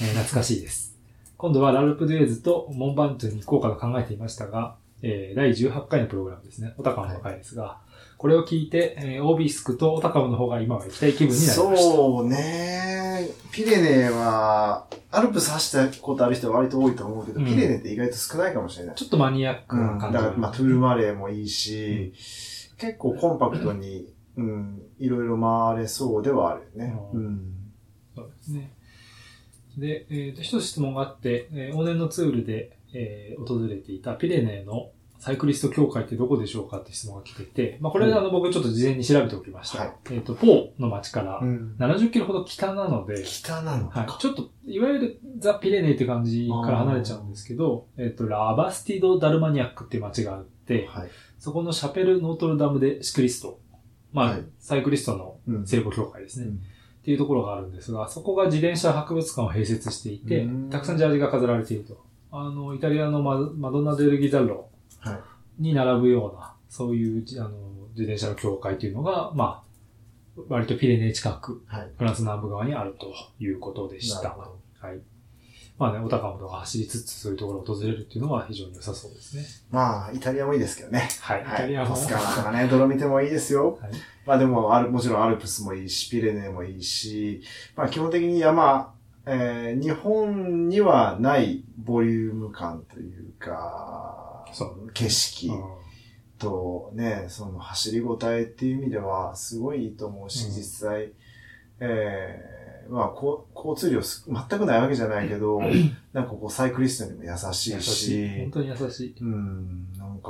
A: えー懐かしいです。今度はラルプデュエーズとモンバントゥに行こうかと考えていましたが、えー第18回のプログラムですね。オタカムの回ですが、これを聞いて、えーオービスクとオタカムの方が今は行きたい気分になりました。
B: そうね。ピレネは、アルプス走ったことある人は割と多いと思うけど、
A: うん
B: ピレネって意外と少ないかもしれない。
A: ちょっとマニアック
B: う、
A: なん
B: だ
A: 感
B: か
A: じが、
B: ら、まあ、トゥールマレーもいいし、結構コンパクトに、うん、いろいろ回れそうではあるよね。
A: う
B: うんん。
A: そうですね。で、えーと、一つ質問があって、えー往年のツールで、えー訪れていたピレネーのサイクリスト協会ってどこでしょうかって質問が来てて、まあ、これ
B: うん
A: あの、僕ちょっと事前に調べておきました。
B: はい
A: えっ、と、ポーの町から
B: ん
A: 70キロほど北なので、
B: 北なの
A: はい
B: か。、
A: ちょっと、いわゆるザ・ピレネーって感じから離れちゃうんですけど、えっ、と、ラバスティド・ダルマニアックっていう町があって、
B: はい。
A: そこのシャペル・ノートルダムでシクリスト、まあ、
B: はい
A: サイクリストの
B: うん
A: 聖母協会ですね、
B: うん
A: っていうところがあるんですが、そこが自転車博物館を併設していて
B: うん、
A: たくさんジャージが飾られていると。あの、イタリアのママドンナ・デル・ギザロ
B: はい
A: に並ぶような、そういうじあの自転車の協会というのが、まあ、割とピレネー近く、
B: はい。
A: フランス南部側にあるということでし
B: な
A: た。
B: るほ
A: は
B: ど
A: い。まあね、オタカムとか走りつつそういうところを訪れるっていうのは非常に良さそうですね。
B: まあ、イタリアもいいですけどね。
A: はい。イ
B: は
A: タリ
B: い。
A: アも。
B: トスカーナとかね、ドロミテもいいですよ。
A: はい
B: まあでも、あるもちろんアルプスもいいし、ピレネーもいいし、まあ基本的に山、ええー日本にはないボリューム感というか、
A: そ
B: 景色とね、その走りごたえっていう意味ではすごいいいと思うし、
A: うん
B: 実際、えーまあ、こう交通量す全くないわけじゃないけ
A: [LAUGHS]
B: ど、なんかこうサイクリストにも優しい
A: 優
B: し、
A: しい。本当に優しい。
B: うん、なんか、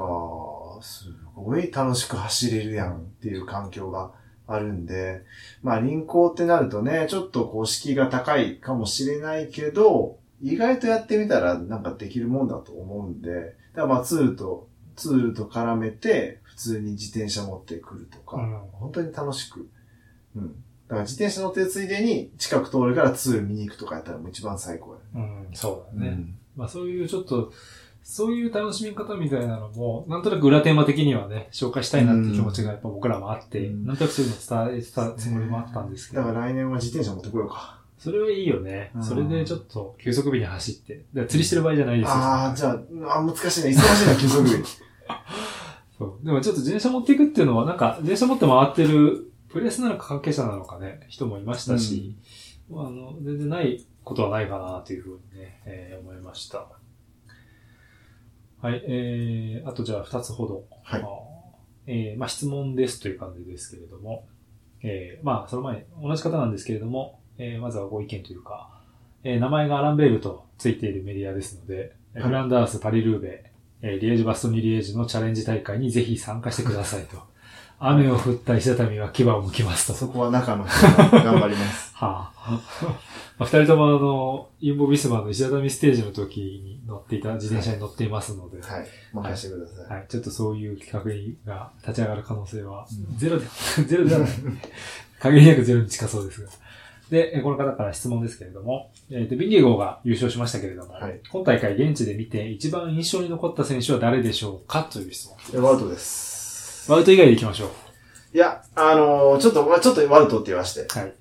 B: すごい楽しく走れるやんっていう環境があるんで、まあ輪行ってなるとね、ちょっとこう敷居が高いかもしれないけど、意外とやってみたらなんかできるもんだと思うんで、だからまあツールと、ツールと絡めて普通に自転車持ってくるとか、
A: うん
B: 本当に楽しく、うん。だから自転車乗ってるついでに近く通るからツール見に行くとかやったらもう一番最高や
A: うん、そうだ
B: ね。
A: ね。まあそういうちょっと、そういう楽しみ方みたいなのも、なんとなく裏テーマ的にはね、紹介したいなっていう気持ちがやっぱ僕らもあって、
B: うん
A: なんとなくそういうの伝えてたつもりもあったんですけ
B: だ
A: ど、
B: から来年は自転車持ってこようか。
A: それはいいよね
B: う。ん
A: それでちょっと休息日に走って、だから釣りしてる場合じゃないですよ。
B: ああ、じゃあ、あ難しいな、忙しいな、休息
A: [LAUGHS]
B: 日。
A: そう。でもちょっと自転車持っていくっていうのは、なんか自転車持って回ってる、プレスなのか関係者なのかね、人もいましたし、まあ、あの、全然ないことはないかなというふうにね、えー思いました。はい、えー、あとじゃあ2つほど。
B: はい
A: あーえーまあ質問ですという感じですけれども、えーまあその前に同じ方なんですけれども、えーまずはご意見というか、えー名前がアランベールとついているメディアですので、
B: はい
A: フランダース、パリルーベ、えーリエージュ・バストニ・リエージュのチャレンジ大会にぜひ参加してくださいと。雨を降った石畳は牙を剥きますと。
B: そこは中の人が頑張
A: [LAUGHS]
B: ります。
A: はあ、まあ二人ともあの、インボ・ビスマの石畳ステージの時に乗っていた、自転車に乗っていますので、
B: はい。任せてください。
A: はい、ちょっとそういう企画が立ち上がる可能性は
B: う、
A: ゼロで、ゼロではない。限りなくゼロに近そうですが。で、えこの方から質問ですけれども、えーと、ビンゲ号が優勝しましたけれども、
B: はい
A: 今大会現地で見て一番印象に残った選手は誰でしょうかという質問。
B: えワウトです。
A: ワウト以外でいきましょう。
B: いや、あのーちょっと、わちょっとワウトって言わして。
A: はい。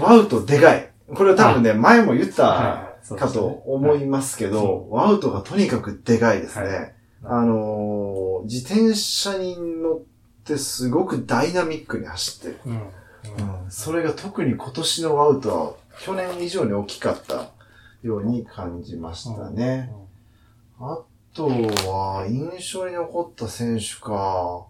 B: ワウトでかい。これは多分ね、前も言っ
A: は
B: た
A: いそうで
B: か
A: すね
B: と思いますけど、ワウトがとにかくでかいですね。
A: は
B: あのー自転車に乗ってすごくダイナミックに走ってる。
A: うん。うん
B: うんそれが特に今年のワウトは去年以上に大きかったように感じましたね。あとは、印象に残った選手か。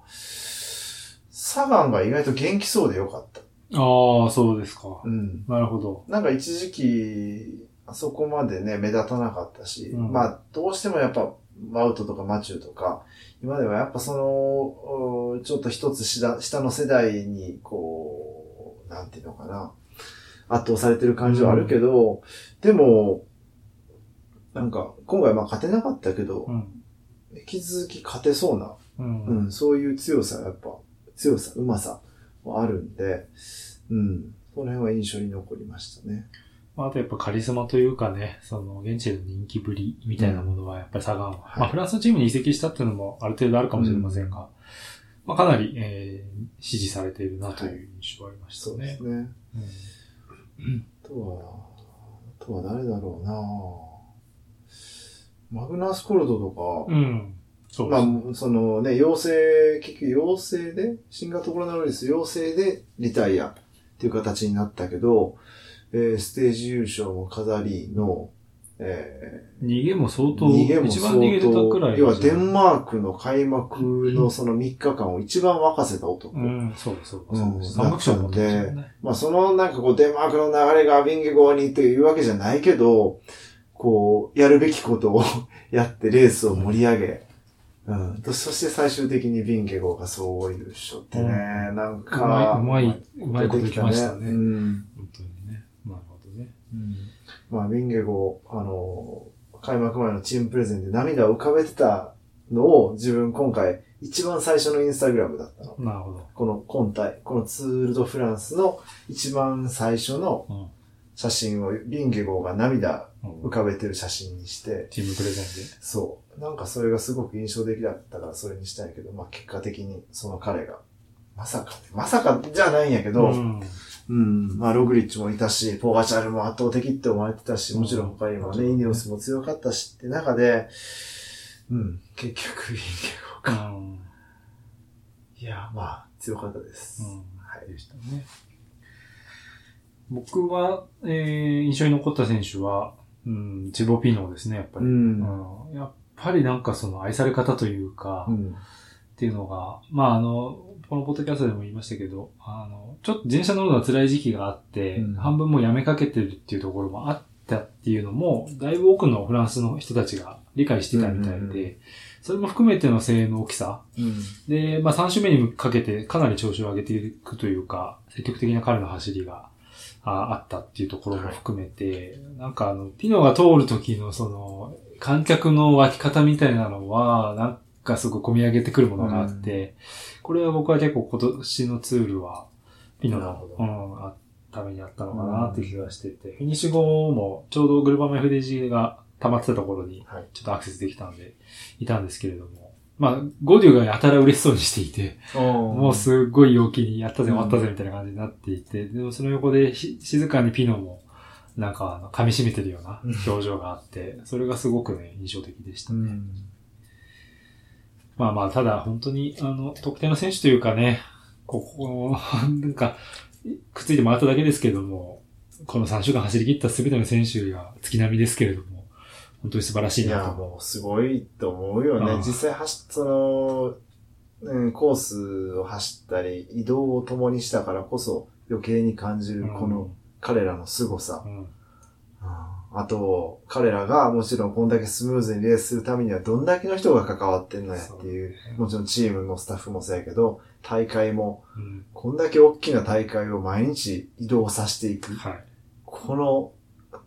B: サガンが意外と元気そうでよかった。
A: ああ、そうですか。
B: うん。
A: なるほど。
B: なんか一時期、あそこまでね、目立たなかったし、
A: うん
B: まあ、どうしてもやっぱ、マウトとかマチューとか、今ではやっぱその、うんちょっと一つ下下の世代に、こう、なんていうのかな、圧倒されてる感じはあるけど、でも、なんか、今回まあ勝てなかったけど
A: う、ん。
B: 引き続き勝てそうな
A: うん。
B: うん、そういう強さ、やっぱ、強さ、うまさはあるんで、うん、この辺は印象に残りましたね。
A: まあ、あとやっぱカリスマというかね、その現地での人気ぶりみたいなものはやっぱりサガンは、
B: はい
A: まあフランスのチームに移籍したっていうのもある程度あるかもしれませんが、まあかなり、えー、支持されているなという印象はありました
B: そうで
A: ね
B: す。ね。
A: うん
B: あとは、あとは誰だろうなマグナスコルトとか、
A: うん。そうですね。
B: まあ、そのね、陽性、結局陽性で、新型コロナウイルス陽性でリタイアっていう形になったけど、えーステージ優勝も飾りの、えー
A: 逃げも相当、
B: 逃げも
A: 一
B: 相
A: 番逃げてたくら
B: 当、
A: い。
B: 要はデンマークの開幕のその3日間を一番沸かせた男。
A: うん、そうそう
B: う
A: そ
B: ん
A: う。三幕賞も取ってますよね。
B: まあそのなんかこうデンマークの流れがビンゲ号にというわけじゃないけど、こう、やるべきことをやってレースを盛り上げ、うん、とそして最終的にビンゲ号が総合優勝ってね、なん
A: う
B: か、
A: まい、うまい、うまいことできました
B: う
A: ね。
B: ん
A: 本当にね。なるほどね。
B: まあ、ビンゲゴ、あの、開幕前のチームプレゼンで涙を浮かべてたのを自分今回一番最初のインスタグラムだったの。
A: なるほど。
B: この今回、このツールドフランスの一番最初の
A: うん
B: 写真をビンゲゴが涙
A: う
B: 浮
A: ん。
B: かべてる写真にして、
A: チームプレゼンで。
B: そう。なんかそれがすごく印象的だったからそれにしたんやけど、まあ結果的にその彼が、まさか、まさかじゃないんやけど、
A: ん
B: うん。まあ、ログリッチもいたし、ポガチャルも圧倒的って思われてたし、もちろん他にもね、
A: うん
B: イニオスも強かったしって中で、うん、結局、いいけ
A: う
B: ど、
A: ん。
B: いや、まあ、強かったです。
A: うん
B: はい。
A: でしたね。僕は、えー、印象に残った選手は、うん、チボピノですね、やっぱり。
B: ん。
A: うんやっぱりなんかその愛され方というか、
B: う
A: っ
B: ん。
A: ていうのが、まああの、このポッドキャストでも言いましたけど、あの、ちょっと自転車乗るのは辛い時期があって、
B: うん
A: 半分もうやめかけてるっていうところもあったっていうのも、だいぶ多くのフランスの人たちが理解してたみたいで、
B: うんうんうん
A: それも含めての声援の大きさ。
B: うん。
A: で、まあ3周目にかけてかなり調子を上げていくというか、積極的な彼の走りがああったっていうところも含めて、なんかあの、ピノが通る時のその、観客の湧き方みたいなのは、なんかすごい込み上げてくるものがあって、これは僕は結構今年のツールは、ピノ
B: なる
A: の
B: ほ、ど
A: うん、あためにあったのかなって気がしてて、フィニッシュ後もちょうどグルバメ FDG が溜まってたところに、
B: はい。
A: ちょっとアクセスできたんで、いたんですけれども。まあ、ゴデュがやたら嬉しそうにしていて、も
B: も
A: うすっごい陽気にやったぜ終わったぜみたいな感じになっていて、でもその横でひ静かにピノも、なんかあの、噛み締めてるような表情があって、それがすごくね、印象的でした。
B: うん。
A: まあまあ、ただ本当に、あの、特定の選手というかね、ここの、なんか、くっついてもらっただけですけども、この3週間走り切った全ての選手が月並みですけれども、本当に素晴らし
B: い
A: いなと
B: や、
A: 思う。
B: もうすごいと思うよ
A: う
B: ね
A: ん。
B: 実際走っその、うん、コースを走ったり、移動を共にしたからこそ余計に感じるこの彼らの凄さ
A: う。ん、
B: うんあと、彼らがもちろんこんだけスムーズにレースするためにはどんだけの人が関わってんのやっていう、もちろんチームもスタッフもそうやけど、大会も、
A: うん。
B: こんだけ大きな大会を毎日移動させていく。
A: はい。
B: この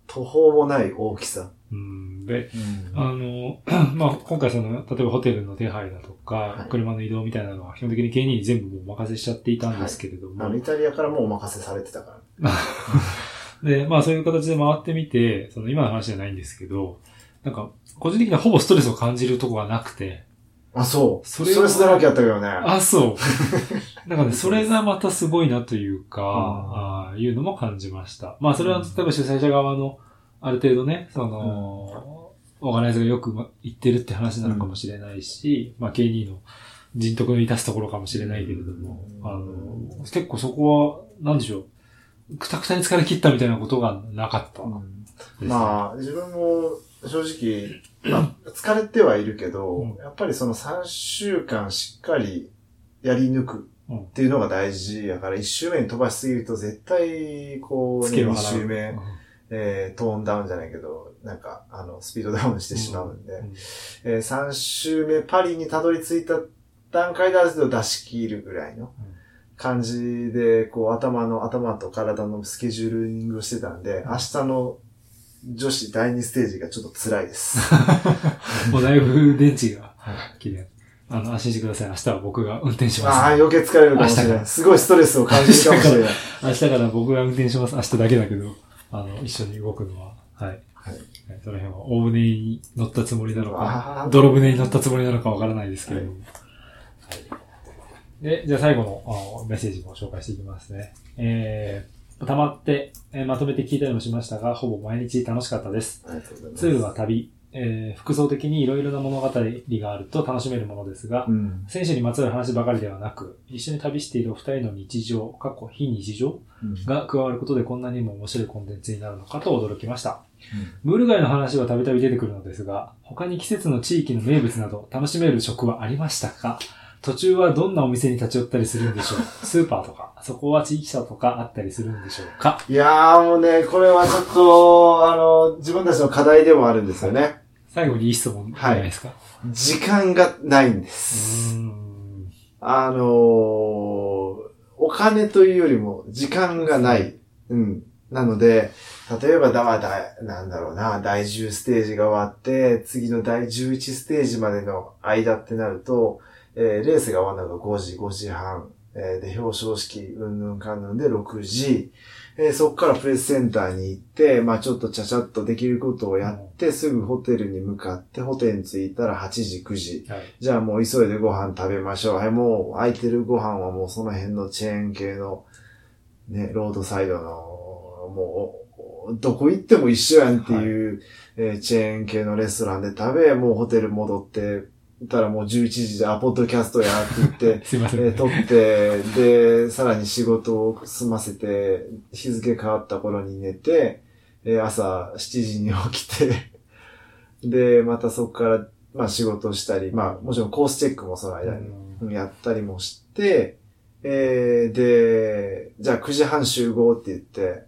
B: 途方もない大きさ。
A: うん、で、
B: うん
A: あの、 [CLEARS THROAT] まあ、今回その、例えばホテルの手配だとか、
B: はい
A: 車の移動みたいなのは基本的に芸人に全部もうお任せしちゃっていたんですけれども、
B: あの、イタリアからもうお任せされてたから。
A: [LAUGHS] で、まあそういう形で回ってみて、その今の話じゃないんですけど、なんか、個人的にはほぼストレスを感じるとこがなくて、
B: あ、そう。
A: そ
B: そ
A: れは
B: れストレスだらけやったけどね。
A: あ、そう。 [LAUGHS] なんかね、それがまたすごいなというか、あーいうのも感じました。まあ、それは、例えば主催者側の、ある程度ね、その、オーガナイザーがよく言ってるって話なのかもしれないし、まあ、K2 の人徳の致すところかもしれないけれども、
B: うん
A: あの、結構そこは、なんでしょう、くたくたに疲れ切ったみたいなことがなかったです、ね。
B: まあ、自分も正直、まあ疲れてはいるけど、
A: うん
B: やっぱりその3週間しっかりやり抜く
A: うん
B: っていうのが大事やから、1週目に飛ばしすぎると絶対、こう、
A: つけを
B: 2
A: 払う
B: 週目、えートーンダウンじゃないけど、なんか、あの、スピードダウンしてしまうんで、
A: うん
B: え3週目パリにたどり着いた段階である程度出し切るぐらい
A: う
B: の
A: ん
B: 感じで、こう頭の頭と体のスケジューリングをしてたんで、
A: うん
B: 明日の女子第2ステージがちょっと辛いです。
A: [LAUGHS] もうだいぶ電池が切れ、あの、安心してください。明日は僕が運転します。
B: ああ、余計疲れるかもし
A: 明
B: れ
A: 日
B: な
A: が
B: い。すごいストレスを感じるかもしれない。
A: 明日から僕が運転します。明日だけだけど、あの、一緒に動くのは、はい。
B: はい
A: その辺は大船に乗ったつもりなの
B: あ
A: か
B: ー、
A: 泥船に乗ったつもりなのかわからないですけれども。はいで、じゃあ最後のあメッセージも紹介していきますね。えー、たまって、えーまとめて聞いたりもしましたが、ほぼ毎日楽しかったです。
B: ありがとうございます。
A: ツールは旅、えー服装的にいろいろな物語があると楽しめるものですが
B: う、ん。
A: 選手にまつわる話ばかりではなく、一緒に旅しているお二人の日常、過去非日常
B: うん
A: が加わることでこんなにも面白いコンテンツになるのかと驚きました。ムール貝の話はたびたび出てくるのですが、他に季節の地域の名物など楽しめる食はありましたか途中はどんなお店に立ち寄ったりするんでし
B: [LAUGHS]
A: ょうスーパーとか、そこは地域差とかあったりするんでしょうか
B: いやーもうね、これはちょっと、あの、自分たちの課題でもあるんですよね。
A: 最後にいい質問じゃないですか、
B: 時間がないんです。
A: うーん
B: あのーお金というよりも時間がない。うん。なので、例えばだ、まだ、なんだろうな、第10ステージが終わって、次の第11ステージまでの間ってなると、えーレースが終わるのが5時、5時半、えーで、表彰式、うんぬんかんぬんで6時、えーそこからプレスセンターに行って、まあちょっとちゃちゃっとできることをやって、すぐホテルに向かって、ホテルに着いたら8時、9時。
A: はい。、
B: じゃあもう急いでご飯食べましょう。はい、もう空いてるご飯はもうその辺のチェーン系の、ね、ロードサイドの、もう、おどこ行っても一緒やんっていう、えーチェーン系のレストランで食べ、もうホテル戻って、たらもう11時で、あ、ポッドキャストやって言って
A: すいません。
B: えー撮って、で、さらに仕事を済ませて、日付変わった頃に寝て、えー朝7時に起きて、で、またそこから、まあ仕事したり、まあもちろんコースチェックもその間にやったりもして、えーで、じゃあ9時半集合って言って、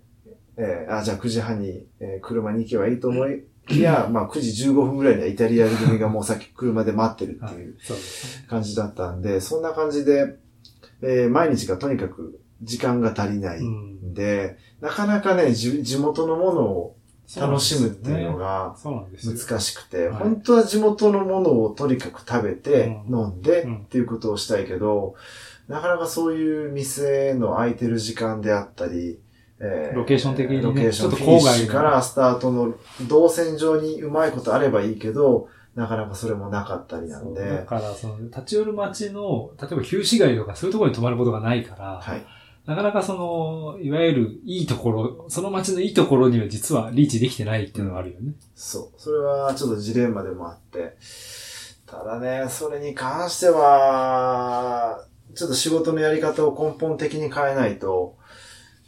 B: えーあ、じゃあ9時半に、えー車に行けばいいと思いきや、まあ9時15分ぐらいにはイタリア組がもうさっき車で待ってるっていう
A: そうですね。
B: 感じだったんで、そんな感じで、えー毎日がとにかく時間が足りない
A: うんん
B: で、なかなかね、じ地元のものを楽しむっていうのが
A: そうなんですよね。
B: 難しくて、
A: はい
B: 本当は地元のものをとにかく食べて、
A: う
B: 飲んで
A: うん
B: っていうことをしたいけど、なかなかそういう店の空いてる時間であったり、え
A: ロケーション的にね
B: ロケーション
A: ちょっ
B: フ
A: と
B: ィニ
A: 郊
B: ッ
A: 外の
B: シュからスタートの動線上にうまいことあればいいけど、なかなかそれもなかったりな
A: そ
B: ん
A: う
B: で、
A: だから、その、立ち寄る街の、例えば旧市街とかそういうところに泊まることがないから、
B: はい。
A: なかなかその、いわゆるいいところ、その街のいいところには実はリーチできてないっていうのがあるよね。
B: そう。それはちょっとジレンマでもあって。ただね、それに関しては、ちょっと仕事のやり方を根本的に変えないと、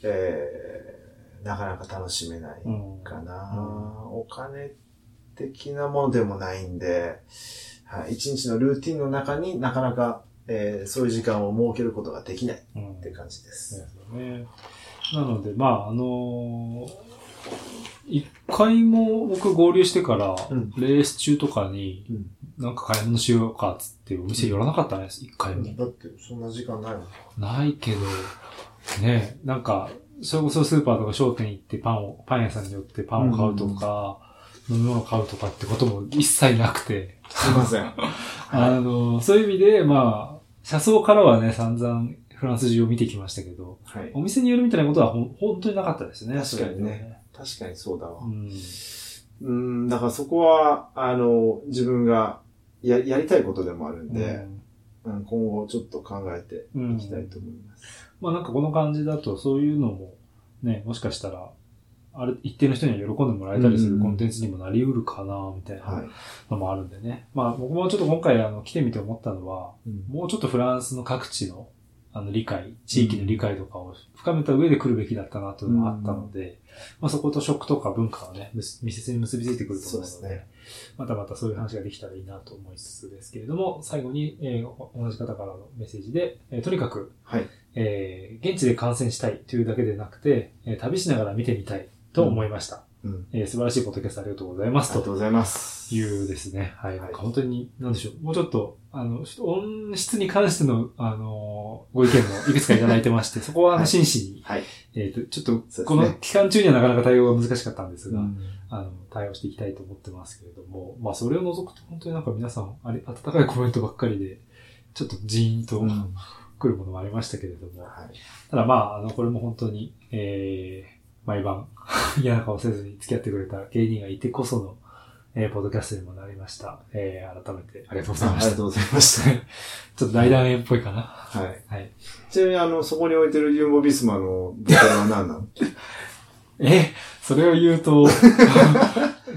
B: えー、なかなか楽しめない
A: うん
B: かな、お金的なものでもないんで、はい、一日のルーティンの中になかなか、えーそういう時間を設けることができないっ
A: うん。
B: て感じです。
A: ですよね。なので、まあ、あのー一回も僕合流してから、
B: うん
A: レース中とかに
B: うん、
A: なんか買い物しようかっつってお店寄らなかったね、一回も。
B: だって、そんな時間ないもん。
A: ないけど、ねえ、なんか、それこそスーパーとか商店行ってパンを、パン屋さんに寄ってパンを買うとか、飲み物買うとかってことも一切なくて、
B: すいません。
A: あの、そういう意味で、まあ、車窓からはね、散々フランス中を見てきましたけど、
B: はい。
A: お店によるみたいなことはほん本当になかったですね。
B: 確かにね確かにそうだわ。
A: そういうのね。
B: うん、だからそこは、あの、自分がややりたいことでもあるん
A: うん。
B: で、うん今後ちょっと考えて
A: うん、
B: いきたいと思います。
A: まあなんかこの感じだと、そういうのも、ね、もしかしたら、ある、一定の人には喜んでもらえたりす
B: う
A: る
B: ん
A: コンテンツにもなりうるかな、みたいな。
B: はい。
A: のもあるんでね。まあ僕もちょっと今回あの来てみて思ったのは、もうちょっとフランスの各地のあの理解、地域の理解とかを深めた上で来るべきだったなというのがあったので、まあそこと食とか文化はね、むす密接に結びついてくると思うので
B: そうですね
A: またまたそういう話ができたらいいなと思いつつですけれども、最後に、えーお同じ方からのメッセージで、えーとにかく、
B: はい
A: えー現地で観戦したいというだけでなくて、えー旅しながら見てみたいと思いました。
B: うん
A: えー素晴らしいポッドキャストありがとうございま
B: あ
A: す
B: りが
A: と
B: とうございます。
A: いうですね。はい。
B: はい
A: 本当に、なんでしょう。もうちょっと、あの、ちょっと音質に関しての、あの、ご意見もいくつかいただいてま [LAUGHS] して、そこはあ
B: は
A: の
B: い
A: 真摯に、
B: はい。
A: えっ、と、ちょっ
B: す
A: と、
B: ね
A: この期間中にはなかなか対応が難しかったんです
B: う
A: が、
B: ん
A: あの、対応していきたいと思ってますけれども、まあ、それを除くと、本当になんか皆さん、あれ、温かいコメントばっかりで、ちょっとジーンと
B: うん
A: 来るものもありましたけれども、
B: はい
A: ただまあ、あの、これも本当に、えー、毎晩 [LAUGHS] 嫌な顔せずに付き合ってくれた芸人がいてこその、えー、ポッドキャストにもなりました。えー、改めてありがとうござい
B: あ
A: ま
B: り
A: し
B: が
A: た。ち
B: と
A: ょ
B: うございました。
A: っと大団円っぽいかな。
B: はい。
A: はい。
B: ちなみに、あの、そこに置いてるユーモビスマのボトルは何なの
A: え、それを言う [LAUGHS] と、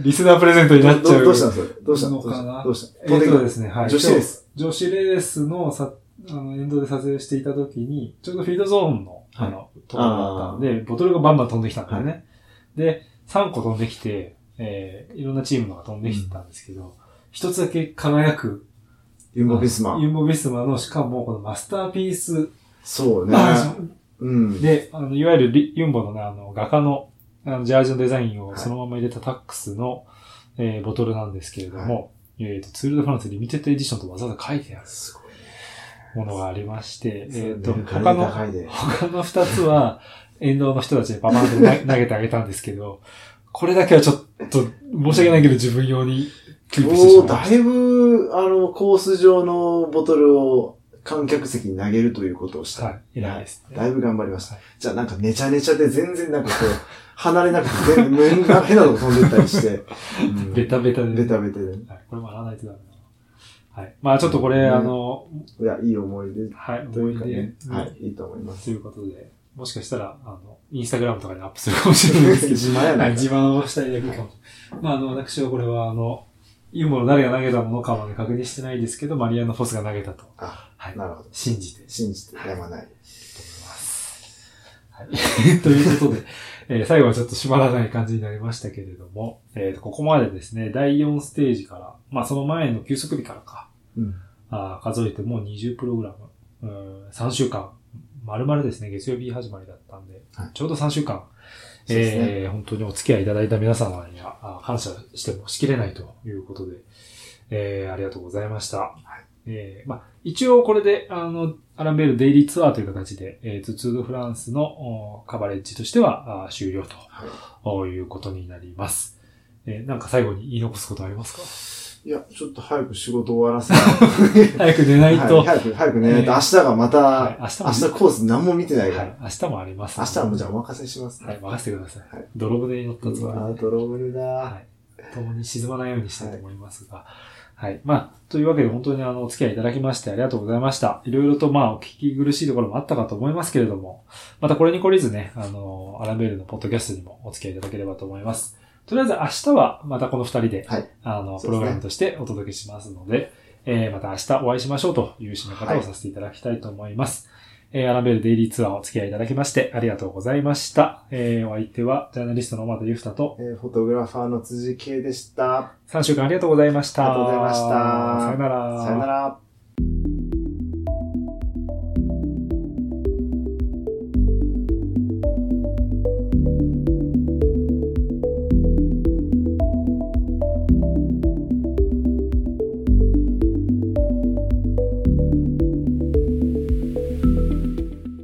A: リスナープレゼントになっちゃう。
B: [LAUGHS] どどうしたのそれどうしたの
A: のかな
B: どうした
A: え
B: のど
A: ー
B: うし
A: と
B: たの
A: ですね、はい。
B: 女子レース
A: 今日。女子レースのさ、あの、沿道で撮影していた時に、ちょうどフィードゾーンの、
B: はい
A: あの、ところだったので、ボトルがバンバン飛んできたんだよね。で、3個飛んできて、えーいろんなチームのが飛んできてたんですけど、一、つだけ輝く、
B: ユーモビスマ
A: ユ。ンボビスマの、しかもこのマスターピース
B: そうね。
A: バージョン
B: う
A: [LAUGHS]
B: ん。
A: で、あの、いわゆるリユンボのね、あの、画家の、あの、ジャージのデザインをそのまま入れたタックスの、えーボトルなんですけれども、えっ、と、ツールドフランスリミテッドエディションとわざわざ書いてある
B: すごいね。
A: ものがありまして、
B: そうね
A: えっ、と、
B: 金
A: 他の、
B: 高いで。
A: 他の二つは、沿道の人たちにパパンとな投げてあげたんですけど、これだけはちょっと、申し訳ないけど自分用にキープしてし
B: お
A: まい
B: ー
A: ま
B: だ
A: し。
B: いぶ、あの、コース上のボトルを観客席に投げるということをしたた。
A: はい、偉いです、ね。
B: だいぶ頑張りました
A: はい。
B: じゃあなんかネチャネチャで全然なんかこう、離れなくて全然なんか変なとこ飛んでったりして。
A: [LAUGHS]
B: うん
A: ベタベタで、
B: ベタベタで。
A: はい、これも洗わないとダメだな。はい。まあちょっとこれ、
B: ね
A: あの、
B: いや、いい思い出
A: はい、
B: と
A: 思
B: い
A: いう
B: か
A: 出
B: ね。
A: に
B: はい、いいと思います。
A: [LAUGHS] ということで、もしかしたら、あの、インスタグラムとかにアップするかもしれないですけど、
B: 自慢やな
A: はい自慢をしたいだけかもしれない。まあ、あの、私はこれは、あの、ユーモの誰が投げたものかまで確認してないですけど、マリアのフォスが投げたと。
B: あ、
A: はい。
B: なるほど。
A: 信じて。 [LAUGHS]
B: 信じてやまない。
A: はい。ということで、えー最後はちょっと締まらない感じになりましたけれども、えーとここまでですね、第4ステージから、まあその前の休息日からか、
B: うん。
A: あー数えてもう20プログラム、うーん3週間、丸々ですね、月曜日始まりだったんで、
B: はい
A: ちょうど3週間、
B: そうですね
A: えー本当にお付き合いいただいた皆様にはあー感謝してもしきれないということで、えーありがとうございました。えーまあ、一応これで、あの、アランベールデイリーツアーという形で、えー、頭痛ドフランスのおカバレッジとしてはあー終了と、
B: はい
A: い、うことになります。えーなんか最後に言い残すことあり
B: [LAUGHS]
A: ますか
B: いや、ちょっと早く仕事終わらせない。
A: 早く寝 [LAUGHS] ないと、
B: はい、早く、早くね、
A: えー
B: 明日がまた、
A: はい明日も
B: 明日コース何も見てないから、
A: はい、明日もあります、
B: 明日はもうじゃあお任せします、
A: はい、任せてください。
B: はい
A: 泥船に乗ったつ
B: う
A: もり
B: わ
A: で
B: ードロブルだ、
A: はい。共に沈まないようにしたいと思いますが。はい、まあ、というわけで本当にあの、お付き合いいただきましてありがとうございました。いろいろとまあ、お聞き苦しいところもあったかと思いますけれども、またこれに懲りずね、あの、アランベールのポッドキャストにもお付き合いいただければと思います。とりあえず明日はまたこの二人で、
B: はい
A: あの、
B: そ
A: プロ
B: うですね
A: グラムとしてお届けしますので、えーまた明日お会いしましょうという締め方をさせていただきたいと思います。えーアランベールデイリーツアーお付き合いいただきましてありがとうございました。えーお相手はジャーナリストの小俣ゆふたと、
B: えーフォトグラファーの辻圭でした。
A: 3週間ありがとうございました。
B: ありがとうございました
A: さよなら。
B: さよなら。